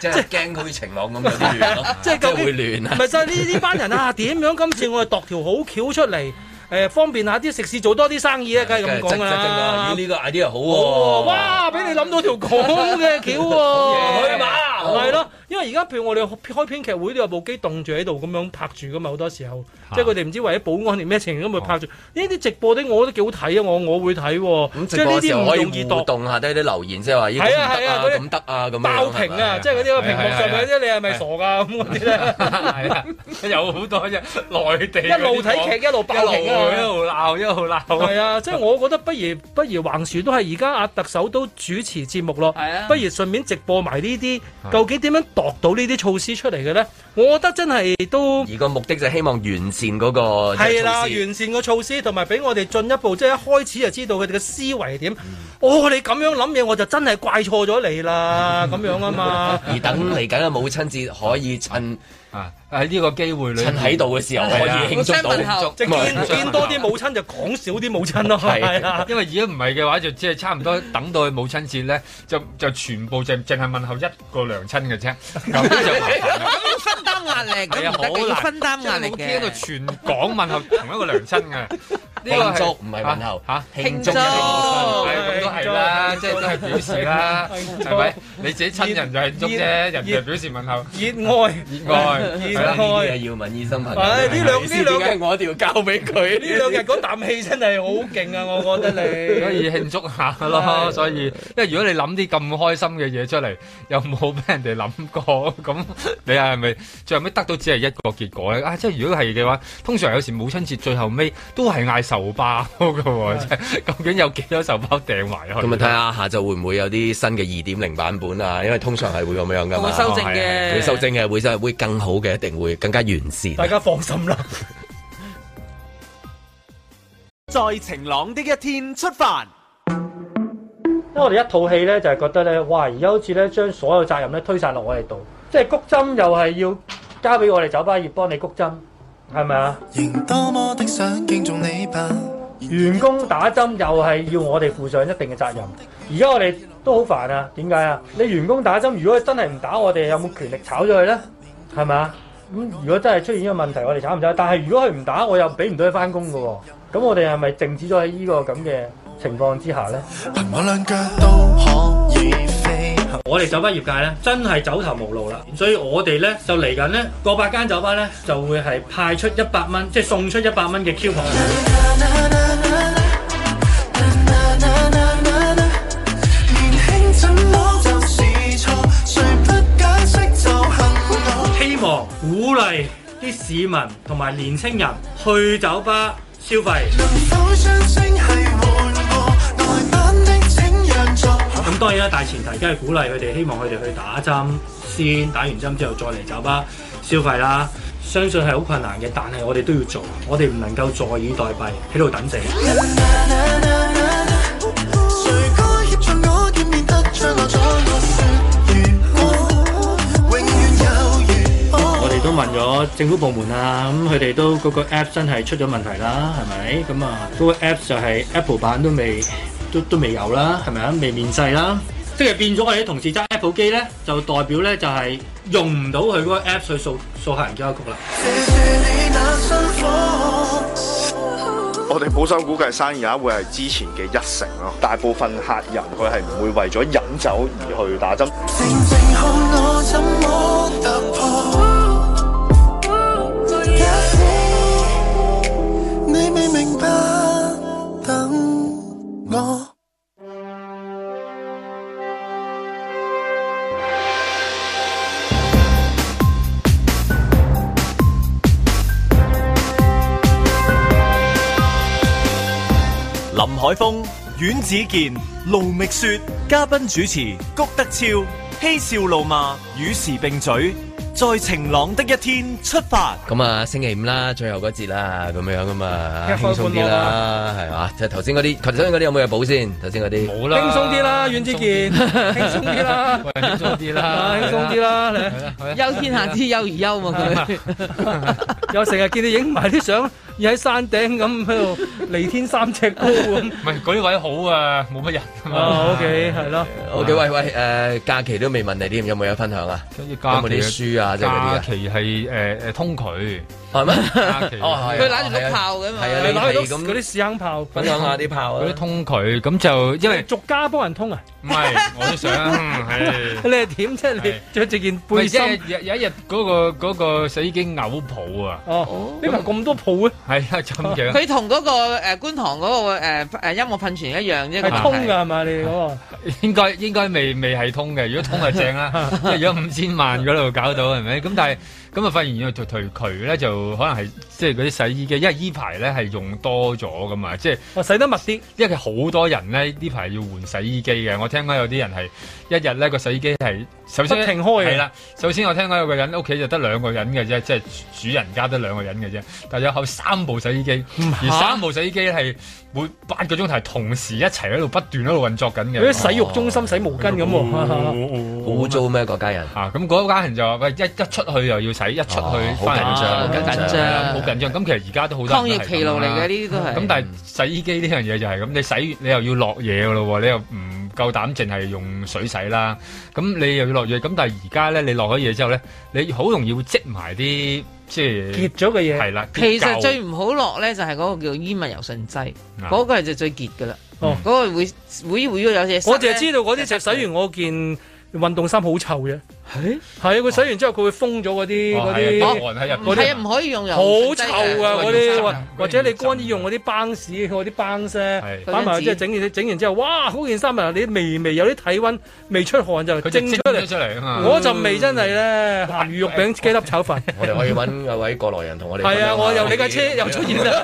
S2: 即係驚佢晴朗咁有啲亂咯，
S6: 即係究竟
S2: 會亂啊！
S6: 咪就係呢呢班人啊， 點樣今次我哋度條好橋出嚟？誒方便下啲食肆做多啲生意啊，梗係咁講
S2: 真真啊！
S6: 啦
S2: 咦，。呢個 idea 好
S6: 哦，
S2: 喎，
S6: 哇！俾你諗到條咁嘅橋 喎，
S2: 去馬
S6: 係咯，因為而家譬如我哋開編劇會都有部機凍住喺度咁樣拍住噶嘛，好多時候，即係佢哋唔知為咗保安定咩情形咁咪拍住。呢啲直播啲我覺得幾好睇啊，我我會睇喎，即
S2: 直
S6: 係呢
S2: 播嘅時
S6: 啲
S2: 候
S6: 唔
S2: 可以
S6: 容易
S2: 互
S6: 度。
S2: 動下低啲留言，即係話咦
S6: 係啊係啊，嗰
S2: 咁
S6: 啲
S2: 得啊咁樣
S6: 爆屏啊，即係嗰啲屏幕上面啲你係咪傻㗎咁嗰啲咧？
S3: 係啊，有好多啫，內地
S6: 一路睇劇一路爆屏啊
S3: 一路鬧一路鬧。
S6: 係啊，即係我覺得不如不如橫樹都係而家阿特首都主持節目咯，不如順便直播埋呢啲，究竟點樣度到呢啲措施出嚟嘅咧？我覺得真係都
S2: 而個目的就係希望完善嗰個即係
S6: 係啦，
S2: 措施
S6: 完善個措施同埋俾我哋進一步，即係一開始就知道佢哋嘅思維係點。哦，你咁樣諗嘢，我就真係怪錯咗你啦，咁樣啊嘛。
S2: 而等嚟緊嘅母親節可以趁
S3: 啊喺呢個機會裏
S2: 趁喺度嘅時候可以
S6: 啊
S2: 慶祝到，
S6: 即
S3: 啊
S6: 係見見多啲母親就講少啲母親咯，係啊啦。
S3: 因為而家唔係嘅話，就即係差唔多等到去母親節咧，就就全部就淨係問候一個娘親嘅啫，咁就麻煩啦。
S5: 要分擔壓力，
S3: 係
S5: 咁
S3: 啊，
S5: 唔
S3: 好
S5: 得嘅要分擔
S3: 難，
S5: 壓力
S3: 即係冇聽到
S5: 嘅。
S3: 全港問候同一個娘親嘅，呢個
S2: 慶祝唔係問候
S3: 嚇
S2: 慶祝
S3: 係咁都係啦，
S6: 慶祝
S3: 即係都係表示啦，
S6: 慶祝
S3: 係咪？你自己親人就慶祝啫，
S6: 熱
S3: 人哋表示問候。
S6: 熱愛，
S3: 熱愛
S6: 熱
S2: 係啦呢啲
S6: 愛
S2: 嘢。要問醫生朋友。
S6: 唉呢兩呢兩
S2: 點
S6: 日
S2: 解我一定要交俾佢？
S6: 呢兩日嗰啖氣真係好勁啊！我覺得 你
S3: 所以慶祝下咯，所以因為如果你諗啲咁開心嘅嘢出嚟，又冇俾人哋諗過，咁你係咪最後尾得到只係一個結果咧？啊，即係如果係嘅話，通常有時母親節最後尾都係嗌壽包嘅喎，即係究竟有幾多壽包掟埋去？
S2: 咁啊咪睇下下晝會唔會有啲新嘅二點零版本啊？因為通常係會咁樣噶嘛，
S5: 會修正嘅
S2: 會修正嘅，會真係會更好嘅，一定會更加完善。啊
S6: 大家放心啦。
S7: 在晴朗的一天出發。
S6: 因為我哋一套戲咧，就係覺得咧，哇！而家好似咧將所有責任咧推晒落我哋度，即係谷針又係要交俾我哋酒吧業幫你谷針，係咪啊？
S15: 仍多麼的想敬重你吧，
S19: 員工打針又係要我哋負上一定嘅責任。而家我哋都好煩啊，點解啊？你員工打針，如果真係唔打，我哋有冇權力炒咗佢呢？係咪啊？咁如果真係出現呢個問題，我哋炒唔炒？但係如果佢唔打，我又俾唔到佢翻工嘅喎。咁我哋係咪靜止咗喺呢個咁嘅情況之下呢？
S15: 我兩腳都可以飛。
S19: 我哋酒吧業界咧，真係走投無路啦，所以我哋咧就嚟緊咧，個百間酒吧咧就會係派出一百蚊，即係送出一百蚊嘅 coupon。
S15: 年輕怎麼就是錯，誰不解釋就恨我。
S19: 希望鼓勵啲市民同埋年青人去酒吧消費。
S15: 否相稱係換過，呆板的請讓座。
S19: 咁當然啦，大前提梗係鼓勵佢哋，希望佢哋去打針先，打完針之後再嚟酒吧消費啦。相信係好困難嘅，但係我哋都要做，我哋唔能夠坐以待斃喺度等死。
S15: 誰該協助我，見面得將我阻我説如我，永遠有如我。
S19: 我哋都問咗政府部門啊，咁佢哋都嗰個 app 真係出咗問題啦，係咪？咁啊，嗰個 app 就係 Apple 版都未都都未有啦，係咪啊？未面世啦，即係變咗我哋啲同事揸 Apple 機咧，就代表咧就係用唔到佢嗰個 app 去掃掃客人交易局啦。
S18: 我哋保守估計生意額會係之前嘅一成咯，大部分客人佢係唔會為咗飲酒而去打針。
S15: 我怎麼突破？假使你未明白，等我。
S1: 林海峰、阮子健、卢觅雪，嘉宾主持谷德超，嬉笑怒骂，与时并举，在晴朗的一天出发。
S2: 咁啊，星期五啦，最後嗰節啦，咁樣咁啊，
S1: 一
S2: 輕
S1: 開
S2: 鬆啲
S1: 半落
S6: 啊
S2: 啦，係嘛？即係頭先嗰啲，頭先嗰啲有冇嘢補先？頭先嗰啲冇
S6: 輕鬆啲啦，阮之健，輕鬆啲啦，
S3: 輕鬆啲
S6: 啊
S3: 啦，
S6: 輕鬆啲啦，
S5: 憂天下之憂而憂嘛佢。
S6: 你又成日見你影埋啲相，而喺山頂咁喺度離天三尺高咁。
S3: 唔係嗰啲位好啊，冇乜人啊嘛。
S6: 哦，OK，係咯。
S2: OK，喂喂，誒假期都未問你添，有冇嘢分享啊？有冇啲書啊？即係嗰啲
S3: 假
S2: 啊？
S3: 期係誒誒通渠
S2: 係咩？
S3: 假期
S2: 哦係啊佢
S5: 揦住碌炮㗎嘛
S2: 係啊，
S6: 你
S2: 你
S6: 攞
S2: 係
S6: 去
S2: 咁
S6: 嗰啲屎坑炮，
S2: 分享下啲炮啊
S3: 嗰啲通渠，咁就因為
S6: 逐家幫人通啊！
S3: 唔係我都想 係
S6: 你係點啫？你着住件
S3: 喂
S6: 背心，
S3: 即係有有一日嗰個嗰個洗衣機嘔泡啊！
S6: 哦，呢排咁多鋪啊！
S3: 係啊，咁 樣。
S5: 佢同嗰個誒觀塘嗰個誒誒音樂噴泉一樣啫，
S3: 係通㗎
S6: 係嘛？你哋嗰個
S3: 應該應該未未係通嘅，如果通就正啦，因為如果五 千萬嗰度搞到係咪？咁但係咁啊，發現原來做退渠咧就可能係即係嗰啲洗衣機，因為依排咧係用多咗噶嘛，即係
S6: 我哦洗得密啲，
S3: 因為好多人咧呢排要換洗衣機嘅，我聽講有啲人係一日咧個洗衣機係首先
S6: 不停開嘅
S3: 係啦，首先我聽講有個人屋企就得兩個人嘅啫，即係主人家得兩個人嘅啫，但係有後三部洗衣機，
S6: 嗯
S3: 而三部洗衣機係每八個鐘頭係同時一齊喺度不斷喺度運作緊嘅，
S6: 嗰啲洗浴中心洗毛巾咁喎。
S2: 好污糟咩？嗰家人
S3: 啊，咁嗰家人就話：喂，一一出去又要洗，一出去
S5: 哦
S2: 好
S3: 翻嚟
S2: 緊張
S3: 就
S2: 緊張
S3: 係啦好緊張。咁其實而家都好多人都係咁啦
S5: 抗疫疲勞嚟嘅呢啲都
S6: 哎
S5: 係
S3: 咁但係洗衣機呢樣嘢就係咁，你洗完你又要落嘢㗎咯喎，你又唔夠膽淨係用水洗啦。咁你又要落嘢，咁但係而家咧，你落咗嘢之後咧，你好容易會積埋啲即係
S6: 結咗嘅嘢。
S3: 係啦，結
S5: 其實
S3: 構
S5: 最唔好落咧就係嗰個叫衣物柔順劑，
S3: 啊
S5: 嗰個係就最結噶啦。
S6: 哦
S5: 嗰個會會會有嘢。
S6: 我淨係知道嗰啲就洗完我件運動衫好臭嘅。係係啊！
S18: 哦
S6: 佢洗完之後佢會封咗嗰啲
S3: 哦係
S6: 嗰
S3: 啊
S6: 啲
S3: 啲汗喺入邊
S6: 嗰
S5: 係啊，
S6: 啲
S5: 唔可以用油
S6: 好臭啊！嗰啲
S18: 哦
S6: 或
S5: 哇！
S6: 或者
S18: 啊
S6: 你乾衣用嗰啲班屎嗰啲班咧，擺埋啊即係整完整完之後，哇！嗰件衫啊，你微微有啲體温，未出汗就
S3: 佢就
S6: 蒸
S3: 蒸
S6: 出
S3: 咗
S6: 嚟
S3: 出嚟啊嘛。
S6: 嗰陣味真係咧，鹹魚肉餅雞粒炒飯。
S2: 我哋可以揾有位過來人同我哋
S6: 係啊！我
S2: 有
S6: 又你架車又出現 啦，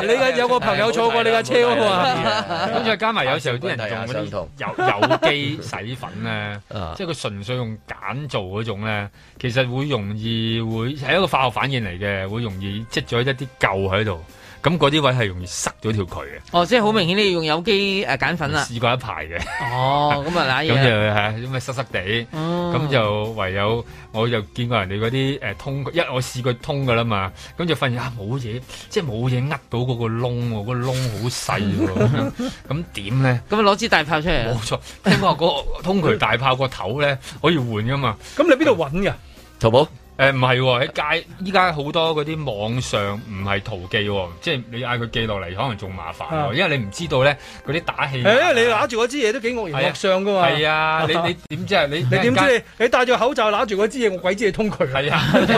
S6: 你嘅有個朋友坐過你架車啊喎嘛，
S3: 咁再加埋有時候啲人用嗰啲有 有機洗粉咧，即係佢純粹用鹼做嗰種咧，其實會容易會係一個化學反應嚟嘅，會容易積咗一啲舊喺度。咁嗰啲位係容易塞咗條渠嘅。
S5: 哦，即係好明顯你要用有機誒揀粉啦。
S3: 試過一排嘅。
S5: 哦，咁嗯啊，嗱
S3: 咁
S5: 嘢
S3: 就
S5: 啦。
S3: 係因為濕濕地，
S5: 哦
S3: 咁就唯有我就見過人哋嗰啲誒通，一我試過通噶啦嘛，咁就發現啊冇嘢，即係冇嘢呃到嗰個窿喎，嗰個窿好細喎，咁 點咧？
S5: 咁攞支大炮出 嚟。
S3: 冇錯，聽講個通渠大炮個頭咧可以換噶嘛？
S6: 咁你邊度揾㗎？
S2: 淘寶？
S3: 誒唔係喎，喺街依家好多嗰啲網上唔係淘寄喎，即係你嗌佢寄落嚟，可能仲麻煩
S6: 啊
S3: 喎，因為你唔知道咧嗰啲打氣。
S6: 誒，你揦住嗰支嘢都幾惡
S3: 係啊
S6: 言惡相噶嘛？
S3: 啊係啊，你你點知啊？你
S6: 你點知你你戴住口罩揦住嗰支嘢，我鬼知你通渠
S3: 係啊！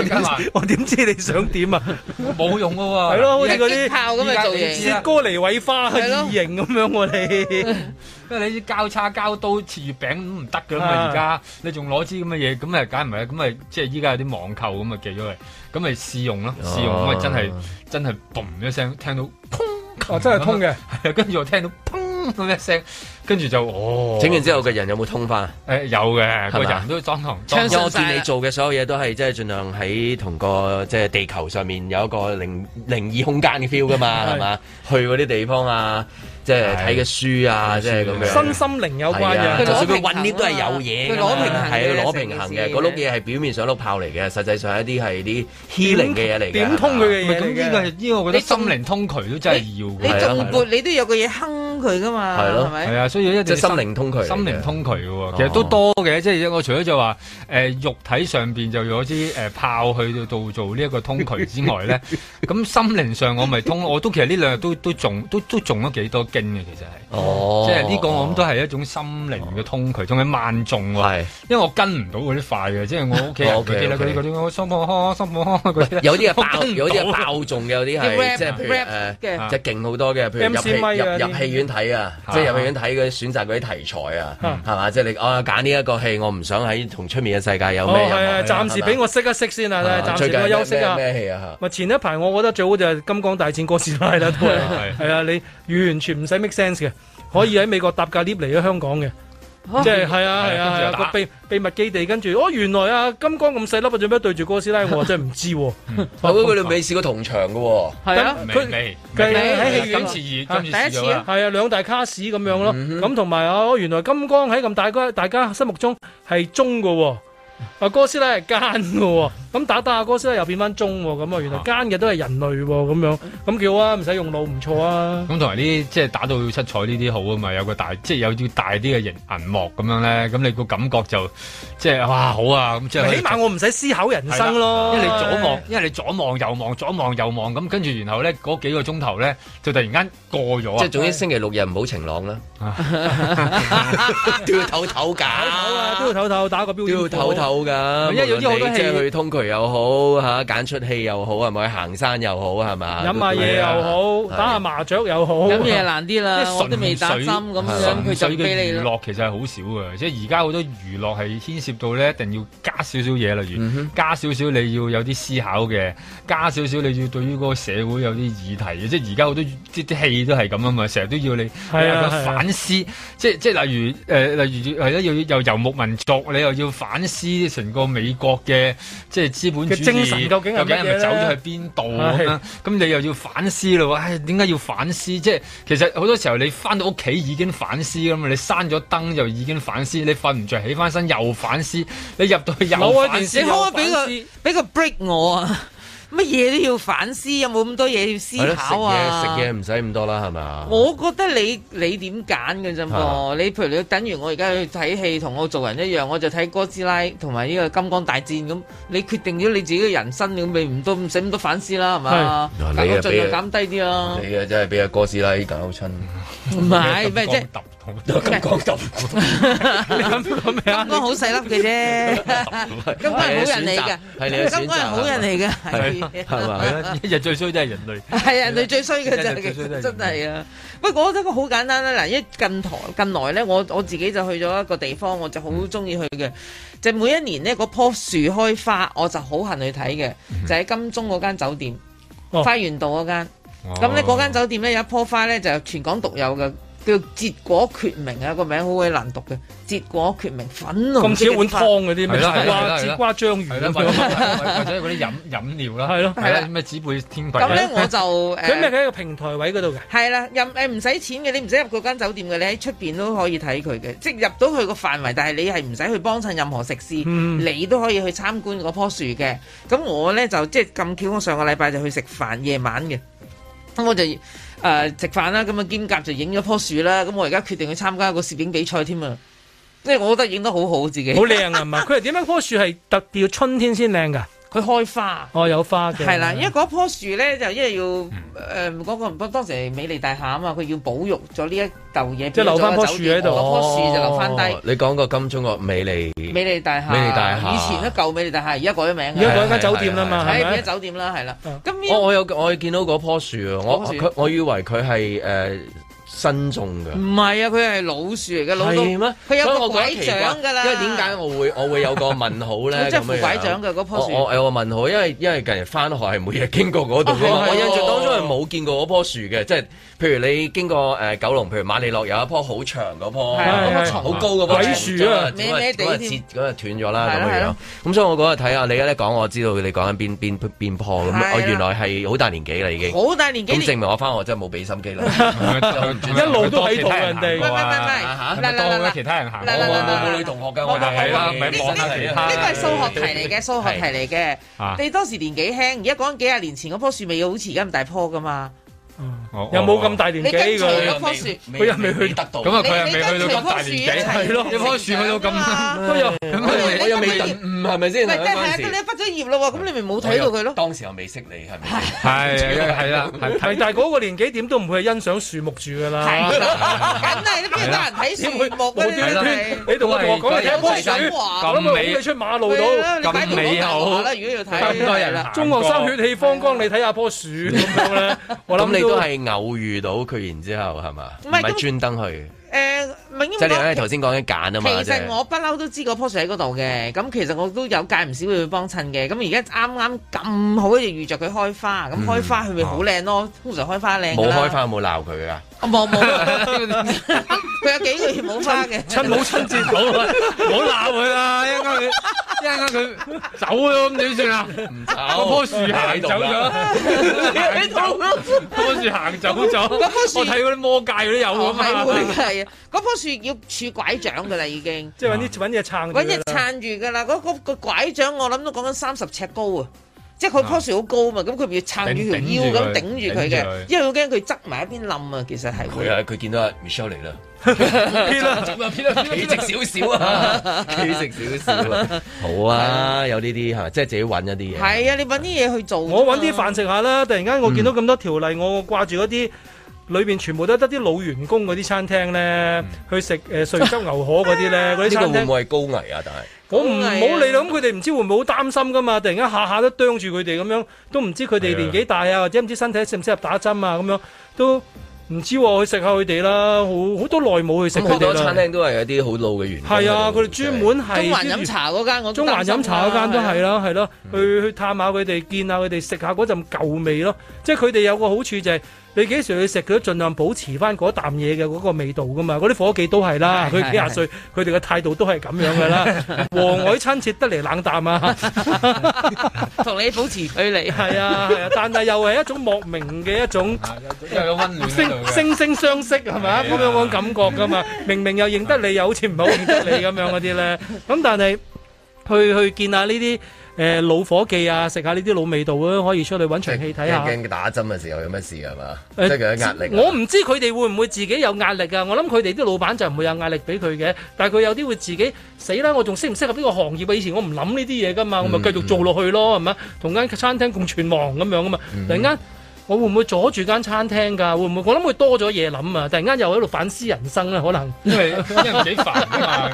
S6: 我點知你想點啊？
S3: 冇用噶 喎
S6: 係 咯，好似嗰啲
S3: 擊炮咁啊做嘢
S6: 切哥尼韋花
S3: 係咯
S6: 異形咁樣喎你。
S3: 因為你啲交叉交刀切月餅都唔得噶嘛，
S6: 啊
S3: 而家你仲攞支咁嘅嘢，咁咪梗係唔係啦？咁咪即係依家有啲網購咁咪寄咗嚟，咁咪試用咯，
S6: 哦
S3: 試用咁咪真係真係嘣一聲，聽到砰
S6: 哦，真係通嘅。
S3: 係啊，跟住我聽到砰咁一聲，跟住就哦，
S2: 整完之後個人有冇通啊翻？
S3: 誒有嘅，個
S2: 係嘛
S3: 人都當堂
S2: 因
S3: 當
S2: 為我見你做嘅所有嘢都係即係盡量喺同個即係地球上面有一個靈靈異空間嘅 feel 噶嘛，
S6: 係
S2: 係嘛？去嗰啲地方啊，即係睇嘅書啊，即係咁樣。
S6: 身心靈有關
S2: 係啊
S6: 嘅，
S2: 就算佢混 lift 都係有嘢㗎嘛，係啊攞平衡嘅。嗰碌嘢係表面上碌炮嚟嘅，實際上係一啲係啲 healing 嘅嘢嚟嘅。
S3: 點通佢嘅咁
S5: 嘢嚟嘅
S3: 呢個係呢個，我覺得心靈通渠都真係要㗎。
S2: 啊
S5: 你仲
S6: 啊
S5: 撥你都有個嘢坑佢噶嘛？
S3: 係咯
S5: 係，咪？
S3: 係啊，所以一定
S2: 即係心
S3: 要
S2: 靈通渠嚟嘅
S3: 心靈通渠嘅喎，其實都多嘅，即係我除咗就話誒肉體上邊就有支誒炮去到度做呢一個通渠之外咧，咁心靈上我咪通，我都其實呢兩日都都中都都中咗幾多經嘅，其實係，
S2: 哦
S3: 即係呢個我諗都係一種心靈嘅通渠，仲係萬眾喎，因為我跟唔到嗰啲快嘅，即係我屋企人嗰啲咧，
S2: 哦，OK，OK
S3: 嗰啲嗰啲我心抱康心抱康嗰啲 呢，
S2: 有啲係爆，
S3: 我跟唔到
S2: 有啲係爆中嘅，有
S3: 啲
S2: 啲係
S3: rap-
S2: 即係譬如
S3: rap
S2: 誒，
S3: 嘅
S2: 即係勁好多嘅，譬如入
S3: MC
S2: 戲
S3: 咪啊
S2: 入入
S3: 啲
S2: 戲院睇啊，
S3: 嚇
S2: 即係入戲院睇嗰啲選擇嗰啲題材啊
S6: 嗯，
S2: 係嘛？即係你我揀呢一個戲，我唔想喺同出面嘅世界有咩
S6: 哦，係啊，
S2: 任何
S6: 暫時俾我識一識先啊，
S2: 啊
S6: 暫
S2: 最
S6: 時
S2: 近
S6: 俾我休息啊。
S2: 咩咩戲啊
S6: 咪前一排我覺得最好就係《金剛大戰哥 斯拉》啦，都係係啊，你完全唔使 make sense 嘅，可以喺美國搭架 lift 嚟咗香港嘅。即係係啊係啊係
S3: 跟住就
S6: 啊
S3: 打
S6: 個秘秘密基地，跟住哦原來啊金剛咁細粒啊，做咩對住哥斯拉？我真係唔知喎。
S2: 我覺得佢哋未試過同場嘅喎，
S6: 係啊
S2: 咁
S6: 佢
S2: 未
S6: 計
S2: 未
S6: 喺戲院
S2: 今次二今次試咗啦
S6: 係啊，兩大卡士咁樣咯。咁同埋啊，原來金剛喺咁大家大家心目中係忠嘅喎。啊，哥斯拉係奸嘅喎，咁打打下哥斯拉又變翻忠喎，咁啊原來奸嘅都係人類喎，咁樣咁叫啊，唔使用腦唔錯啊。
S3: 咁同埋啲即係打到七彩呢啲好啊嘛，有個大即係有啲大啲嘅銀銀幕咁樣咧，咁你個感覺就即係哇好啊咁即係。
S6: 起碼我唔使思考人生咯，
S3: 因為你左望，因為你左望右望，左望右望咁，跟住然後咧嗰幾個鐘頭咧，就突然間過咗啊！
S2: 即係總之星期六日唔好晴朗 啦， 都要唞唞㗎，
S6: 啊都要唞唞打個
S9: 啊
S6: 標
S2: 啊都
S6: 點
S2: 要
S6: 符
S2: 唞唞㗎。
S6: 因為有啲好多
S2: 無論你即係
S6: 戲
S2: 去通渠又好嚇，揀出戲又好，係咪去行山又好，係啊嘛？
S6: 飲下嘢又好，打下麻雀又好，
S5: 飲嘢難啲啦
S6: 即係
S5: 我都未打
S3: 純
S5: 針
S3: 粹
S6: 啊
S5: 咁樣佢就
S3: 純粹嘅
S5: 俾你
S3: 娛
S5: 啦
S3: 樂其實係好少嘅，即係而家好多娛樂係牽涉到咧，一定要加少少嘢，例如、
S5: 嗯
S3: 加少少你要有啲思考嘅，加少少你要對於嗰個社會有啲議題嘅，即係而家好多即啲戲都係咁啊嘛，成日都要你
S6: 係啊
S3: 你有個
S6: 係啊
S3: 反思，即係即係例如誒、呃例如係啦，要又遊牧民族，你又要反思成個美國嘅即係資本主義
S6: 嘅精神究竟係乜嘢
S3: 究
S6: 咧
S3: 咪走咗去邊度咁樣
S6: 係？
S3: 咁你又要反思咯喎，唉，點解要反思？即係其實好多時候你翻到屋企已經反思咁嘛，你閂咗燈又已經反思，你瞓唔着起翻身又反思，你入到去又
S5: 冇啊
S3: 反思，
S5: 你可唔
S3: 又
S5: 可以
S3: 反
S5: 俾
S3: 思
S5: 個俾個 break 我啊？ 乜嘢都要反思，有冇咁多嘢要
S2: 係
S5: 思
S2: 咯，食
S5: 考
S2: 嘢
S5: 啊？
S2: 食嘢唔使咁多啦，係嘛？
S5: 我覺得你你點揀嘅啫
S2: 啊
S5: 噃？你譬如你等於我而家去睇戲，同我做人一樣，我就睇哥斯拉同埋呢個金剛大戰咁。你決定咗你自己嘅人生，咁你唔多唔使咁多反思啦，係嘛？
S2: 係
S5: 但
S2: 你啊
S5: 我盡
S2: 俾
S5: 量減低啲啦。
S2: 你啊，真係俾阿哥斯拉搞親，
S5: 唔係，咩啫？
S2: 咁講揼。
S3: 啊
S5: 金剛好細粒嘅啫，金剛係好人嚟嘅，
S3: 係你嘅選擇
S5: 金剛係好人嚟嘅，係
S3: 係嘛？係啦一日最衰都係人類。
S5: 係啊，你最衰嘅
S3: 真
S5: 啫，
S3: 係
S5: 其
S3: 最衰都係
S5: 實
S3: 咁
S5: 真係啊！不過我覺得個好簡單啦，嗱，一近台近來咧，我我自己就去咗一個地方，我就好中意去嘅，就每一年呢，嗰棵樹開花，我就好恨去睇嘅，就喺金鐘嗰間酒
S3: 哦
S5: 店，花園道嗰間。咁呢嗰間酒店咧有一棵花咧就全港獨有嘅，叫結果決明啊，個名好鬼難讀嘅。結果決明，粉紅
S6: 咁似一碗湯嗰啲
S3: 係
S6: 咩？
S3: 啦係啦
S6: 瓜
S3: 係啦
S6: 子瓜章魚
S3: 係啦，
S6: 咁
S3: 或者
S6: 樣。
S3: 或者嗰啲飲飲料啦，
S6: 係咯
S3: 係啦，咩紙背天幣
S5: 咁咧我就誒
S6: 佢咩？佢喺個平台位嗰度嘅。
S5: 係啦，入誒唔使錢嘅，你唔使入嗰間酒店嘅，你喺出邊都可以睇佢嘅，即係入到佢個範圍，但係你係唔使去幫襯任何食肆，
S6: 嗯
S5: 你都可以去參觀嗰棵樹嘅。咁我呢，就即係咁巧，我上個禮拜就去食飯，夜晚嘅，咁我就。誒、食飯啦，咁啊兼夾就影咗棵樹啦，咁我而家決定去參加個攝影比賽添啊！即係我覺得影得好好自己，
S6: 好靚啊 嘛！佢係點解棵樹係特別要春天先靚㗎？
S5: 佢開花，
S6: 哦有花嘅，
S5: 係啦，因為嗰棵樹咧就因為要呃誒嗰、個唔當時係美利大廈啊嘛，佢要保育咗呢一嚿嘢，
S6: 即係留返棵樹喺度
S5: 嗰棵樹就留翻低。
S2: 哦你講個金鐘個美利
S5: 美利大廈，
S2: 美利大廈
S5: 以前都舊美利大廈，而家改咗名㗎，啊
S2: 而家改咗間啊酒店啦嘛係
S5: 係
S2: 咪
S5: 而家酒店啦，係啦。咁呢
S2: 我我有我見到嗰棵樹啊，我
S5: 嗰棵樹
S2: 佢我以為佢係誒新種嘅。
S5: 唔係啊，佢係老樹嚟嘅，老到
S2: 係咩？
S5: 佢有個啊
S2: 所以我覺得
S5: 拐
S2: 奇怪
S5: 杖㗎啦。
S2: 因為點解我會我會有個問號咧？
S5: 佢真係
S2: 咁樣
S5: 扶拐杖嘅嗰棵樹
S2: 我我有個問號，因為因為近日翻學係每日經過嗰度㗎嘛
S5: 啊係喎
S2: 我印象當中係冇見過嗰棵樹嘅，即係譬如你經過誒九龍，譬如馬利諾有一棵好長嗰
S5: 係係
S2: 棵，
S5: 係
S2: 好高嗰棵
S5: 鬼樹啊
S2: 咁
S5: 歪歪地
S2: 嗰日
S5: 添
S2: 截嗰日斷咗啦
S5: 係啦
S2: 咁
S5: 係
S2: 樣
S5: 啦
S2: 樣。咁所以我嗰日睇下你一講，我知道你講緊邊邊邊棵
S5: 係啦
S2: 咁，我原來係好大年紀啦已經。
S5: 好大年紀
S2: 咁
S5: 你
S2: 證明我翻學真係冇俾心機啦。
S6: 一路都喺度啊人哋。
S5: 喂喂喂
S2: 啊
S5: 嗱
S2: 嚇
S5: 嗱嗱嗱
S2: 其他人行
S5: 嗱嗱嗱嗱
S2: 冇女同學㗎，我哋係啦，唔係望下其他。
S5: 呢個係數學題嚟嘅，數學題嚟
S2: 啊
S5: 嘅。你當時年紀輕，而家講緊幾廿年前嗰棵樹未好似而家咁大棵噶嘛？
S6: 又冇咁大年
S5: 你跟
S6: 紀
S5: 隨嗰
S6: 佢，
S5: 棵樹
S6: 佢又未去
S2: 得到
S3: 咁啊，佢又未去到咁大
S5: 你你跟
S3: 年紀，
S5: 隨棵樹一齊
S3: 係咯，
S5: 成
S3: 一棵樹去到咁都有，咁
S2: 我又未等，唔係咪先？
S5: 喂，即係
S2: 嗰陣
S5: 係
S2: 時啊
S5: 你畢咗業咯喎，咁你咪冇睇到佢咯。
S2: 當時又未識你係咪？
S3: 係啊係啦，
S6: 係但係嗰個年紀點都唔會係欣賞樹木住㗎啦。
S5: 係啦梗係都邊有得人睇樹木
S6: 我
S5: 嘅
S6: 點
S5: 真
S6: 解
S5: 係
S6: 你同我同學講你睇棵樹，我諗我拱你出馬路度，
S5: 係啊你擺到咁大路啦如果要睇咁多人行過
S6: 中學生血氣方剛，你睇下棵樹咁樣咧，我諗
S2: 咁你都係偶遇到佢，然之後係嘛？
S5: 唔
S2: 唔
S5: 係咁
S2: 係專登去，
S5: 誒，唔係應
S2: 即
S5: 該
S2: 係你啱
S5: 講
S2: 啱頭先講緊揀啊嘛，
S5: 其
S2: 即
S5: 實
S2: 係。
S5: 我不嬲都知嗰棵樹喺嗰度嘅，咁其實我都有間唔少會去幫襯嘅。咁而家啱啱咁好就遇着佢開花，咁
S2: 嗯
S5: 開花佢咪好靚咯。通常開花靚㗎
S2: 冇
S5: 啦
S2: 開花有冇鬧佢啊？
S5: 我冇冇，佢有幾個月冇花嘅，
S6: 親母親節
S3: 好啊，唔好鬧佢啦，一陣間佢一陣間佢走咗咁點算啊？唔
S2: 走
S3: 棵樹行走咗，
S5: 喺度咯，
S3: 棵樹行走咗，
S5: 嗰棵樹
S3: 我睇嗰啲魔界嗰啲有
S5: 我
S3: 㗎嘛，
S5: 係
S2: 哦
S5: 會係啊！ 嗰棵樹要拄拐杖㗎啦，已經
S6: 即係揾啲揾嘢撐住
S5: 揾隻
S6: 佢啦。
S5: 撐住㗎啦。嗰嗰個拐杖我諗都講緊三十尺高啊！即係佢棵樹好高嘛，咁佢咪要撐住條腰咁頂住佢
S2: 頂住佢
S5: 嘅，因為好驚佢側埋一邊冧啊！其實係會
S2: 佢啊，佢見到阿 Michelle 嚟啦，
S5: 偏啦
S3: 偏啦
S2: 企直少少啊，企直少少啊，好啊，有呢啲嚇，即係自己揾一啲嘢。
S5: 係啊，你揾啲嘢去做。嗯
S6: 我揾啲飯食下啦。突然間我見
S2: 嗯
S6: 到咁多條例，我掛住嗰啲。裏邊全部都得啲老員工嗰啲餐廳咧，
S2: 嗯
S6: 去食誒碎汁牛河嗰啲咧， 嗰啲
S2: 呢
S6: 餐
S2: 個會
S6: 廳
S2: 唔會係高危啊？但係
S6: 我唔好理啦，咁佢哋唔知會唔會好擔心噶嘛？突然間下下都啄住佢哋咁樣，都唔知佢哋年紀大啊，或者唔知身體適唔適合打針啊咁樣，都唔知喎。去食下佢哋啦，好好多耐冇去食
S2: 咁好
S6: 佢哋
S2: 多餐
S6: 啦。
S2: 廳都係有啲好老嘅員工喺度。
S6: 係啊，佢哋專門係
S5: 中環飲茶嗰間，我都
S6: 中環
S5: 擔心啊
S6: 飲茶嗰間都
S5: 啦
S6: 係啊啦，係咯，
S5: 嗯
S6: 去去探下佢哋，見下佢哋，食下嗰陣舊味咯。即係佢哋有個好處就係、你幾時去食，佢都盡量保持翻嗰啖嘢嘅嗰個味道噶嘛。嗰啲伙計都係啦，
S5: 係
S6: 佢幾廿歲，佢哋嘅態度都係咁樣噶啦。 和蔼親切得嚟冷淡啊，
S5: 同你保持距離。
S6: 係啊係啊，但係又係一種莫名嘅一種。
S3: 又有啊温暖喺度
S6: 惺
S3: 嘅。
S6: 惺惺相惜係咪啊？咁樣嗰種感覺噶嘛，明明又認得你，又好似唔係好認得你咁樣嗰啲咧。咁但係去去見下呢啲誒老伙計啊，食下呢啲老味道啊，可以出去揾場戲睇
S2: 驚
S6: 下。
S2: 驚打針嘅時候有咩事係嘛？即
S6: 誒
S2: 係佢有壓力。
S6: 呃
S2: 啊
S6: 我唔知佢哋會唔會自己有壓力啊！我諗佢哋啲老闆就唔會有壓力俾佢嘅，但係佢有啲會自己死啦！我仲適唔適合呢個行業啊？以前我唔諗呢啲嘢噶嘛，
S2: 嗯
S6: 我咪繼續做落去咯，係咪？同間餐廳共存亡咁樣啊嘛，
S2: 嗯
S6: 突然間。我會唔會阻住間餐廳㗎？會唔會我諗會多咗嘢諗啊！突然間又喺度反思人生啊啦，可能
S3: 因為因為幾煩啊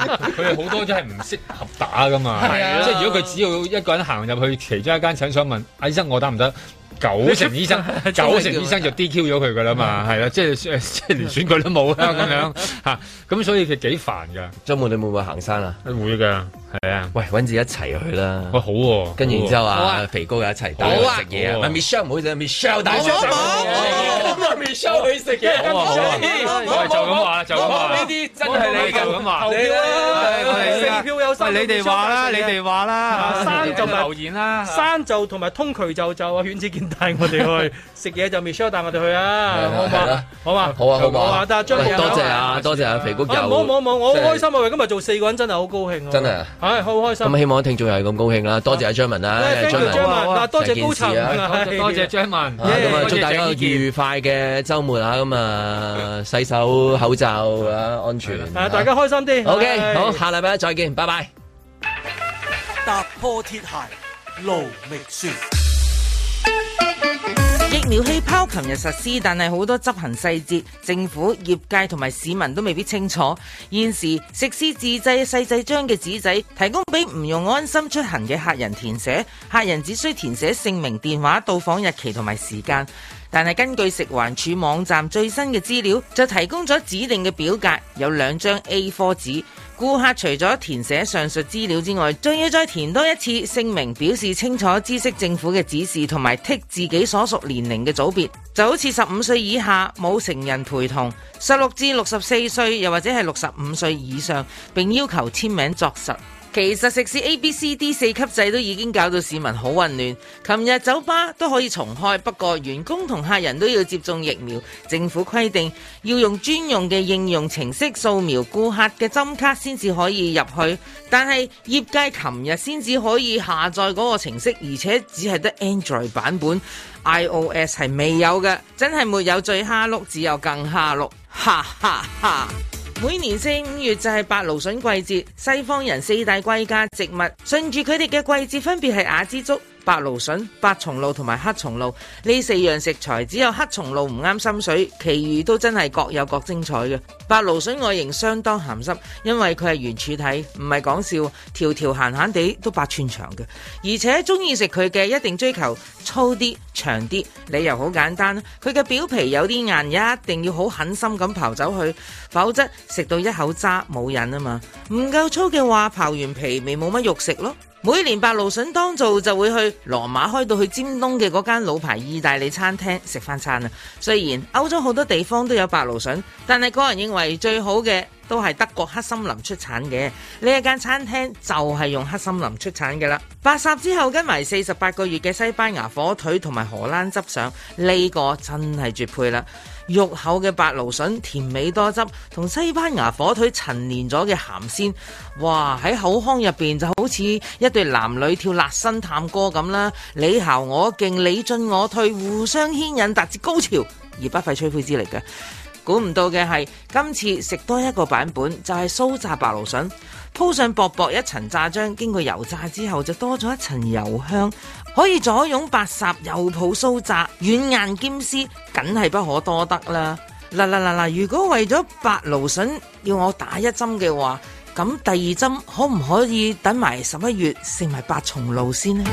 S3: 嘛，佢哋好多都係唔適合打噶嘛，
S6: 係啊，
S3: 哎即係如果佢只要一個人行入去其中一間診所問阿醫生我打唔得，九成醫生 九成醫生就 DQ 咗佢噶啦
S6: 嗯
S3: 嘛，係啦，即係即係連選舉都冇啦咁樣嚇，咁所以佢幾煩噶。
S2: 周末你會唔會行山啊？
S3: 會噶，係啊。
S2: 喂，揾住一齊去啦。
S3: 喂，好喎。
S2: 跟住然之後
S3: 好
S2: 啊
S3: 啊，
S2: 肥高又一齊
S3: 好
S2: 帶
S3: 啊
S2: 我食嘢啊。
S3: 好啊
S2: 咪 Michelle 唔好意思，Michelle 帶我食
S15: 好啊
S2: 嘢。咁啊，Michelle 去食嘢。
S15: 好啊好啊
S3: 喂就咁話啦就咁話啦
S2: 呢啲真係你嘅
S3: 就咁話
S2: 你咧
S3: 喂我哋依家
S6: 四票有三
S3: 喂
S6: 票
S3: 你哋話啦
S6: 出嚟嘅
S3: 你哋話啦
S6: 山就
S3: 留言啦
S6: 山就同埋通渠就就阿圈子健帶我哋去食嘢就 Michelle 帶我哋去啊，好
S2: 係
S6: 嘛
S2: 啦
S6: 好嘛
S2: 好啊好啊
S6: 啊，但係張
S2: 喂
S6: 宇
S2: 多謝啊多謝啊，肥高
S6: 啊冇
S2: 又
S6: 冇冇，我好
S2: 真係
S6: 開心啊！喂，今日做四個人真係好高興啊！
S2: 真係啊
S6: 係好開心。
S2: 咁希望聽眾又係咁高興啦，啊多謝阿張文啦，
S6: 喂，thank you，張文嗱多謝
S2: 成件
S6: 高
S2: 事
S6: 層
S2: 啊
S6: 啊係
S3: 多謝張文，
S2: 啊咁啊，
S3: 多
S2: 祝
S3: 謝
S2: 大家
S3: 鄭
S2: 有
S3: 伊健
S2: 愉快嘅週末啊！咁 啊，洗手、口罩啊，安全。
S6: 啊大家開心啲。
S2: OK，
S6: 係
S2: 好，下禮拜一再見，拜拜。
S1: 踏破鐵鞋路未雪。
S5: 疫苗氣泡琴日實施，但係好多執行細節，政府、業界同埋市民都未必清楚。現時食肆自製細製張嘅紙仔，提供俾唔用安心出行嘅客人填寫，客人只需填寫姓名、電話、到訪日期同埋時間。但係根據食環署網站最新嘅資料，就提供咗指定嘅表格，有兩張 A4 紙。顧客除咗填寫上述資料之外，仲要再填多一次姓名，表示清楚知悉政府嘅指示，同埋剔自己所屬年齡嘅組別。就好似十五歲以下冇成人陪同，十六至六十四歲又或者係六十五歲以上，並要求簽名作實。其實食肆 A、B、C、D 四級制都已經搞到市民好混亂。琴日酒吧都可以重開，不過員工同客人都要接種疫苗。政府規定要用專用嘅應用程式掃描顧客嘅針卡先至可以入去，但係業界琴日先至可以下載嗰個程式，而且只係得 Android 版本，iOS 係未有嘅，真係沒有最蝦碌，只有更蝦碌，哈哈哈！每年四五月就係白蘆筍季節，西方人四大貴價植物，順住佢哋嘅季節分別係雅枝竹、白蘆筍、白松露同埋黑松露呢四樣食材，只有黑松露唔啱心水，其餘都真係各有各精彩嘅。白蘆筍外形相當鹹濕，因為佢係圓柱體，唔係講笑，條條閒閒地都八寸長嘅，而且中意食佢嘅一定追求粗啲、長啲，理由好簡單啦，佢嘅表皮有啲硬，一定要好狠心咁刨走佢，否則食到一口渣冇癮啊嘛。唔夠粗嘅話，刨完皮咪冇乜肉食咯。每年白蘆筍當造就會去羅馬開到去尖東嘅嗰間老牌意大利餐廳食翻餐啊！雖然歐洲好多地方都有白蘆筍，但係個人認為最好嘅都係德國黑森林出產嘅呢一間餐廳就係用黑森林出產嘅啦。八十之後跟埋四十八個月嘅西班牙火腿同埋荷蘭汁上，呢、個真係絕配啦！肉厚嘅白蘆筍，甜美多汁，同西班牙火腿陳年咗嘅鹹鮮，哇！喺口腔入邊就好似一對男女跳辣身探戈咁啦，你姣我勁，你進我退，互相牽引，達至高潮，而不費吹灰之力嘅。估唔到嘅係，今次食多一個版本，就係、酥炸白蘆筍，鋪上薄薄一層炸漿，經過油炸之後就多咗一層油香，可以左擁白烚，右抱酥炸，軟硬兼施，梗係不可多得啦！嗱嗱嗱嗱，如果為咗白蘆筍要我打一針嘅話，咁第二針可唔可以等埋十一月食埋白松露先呢？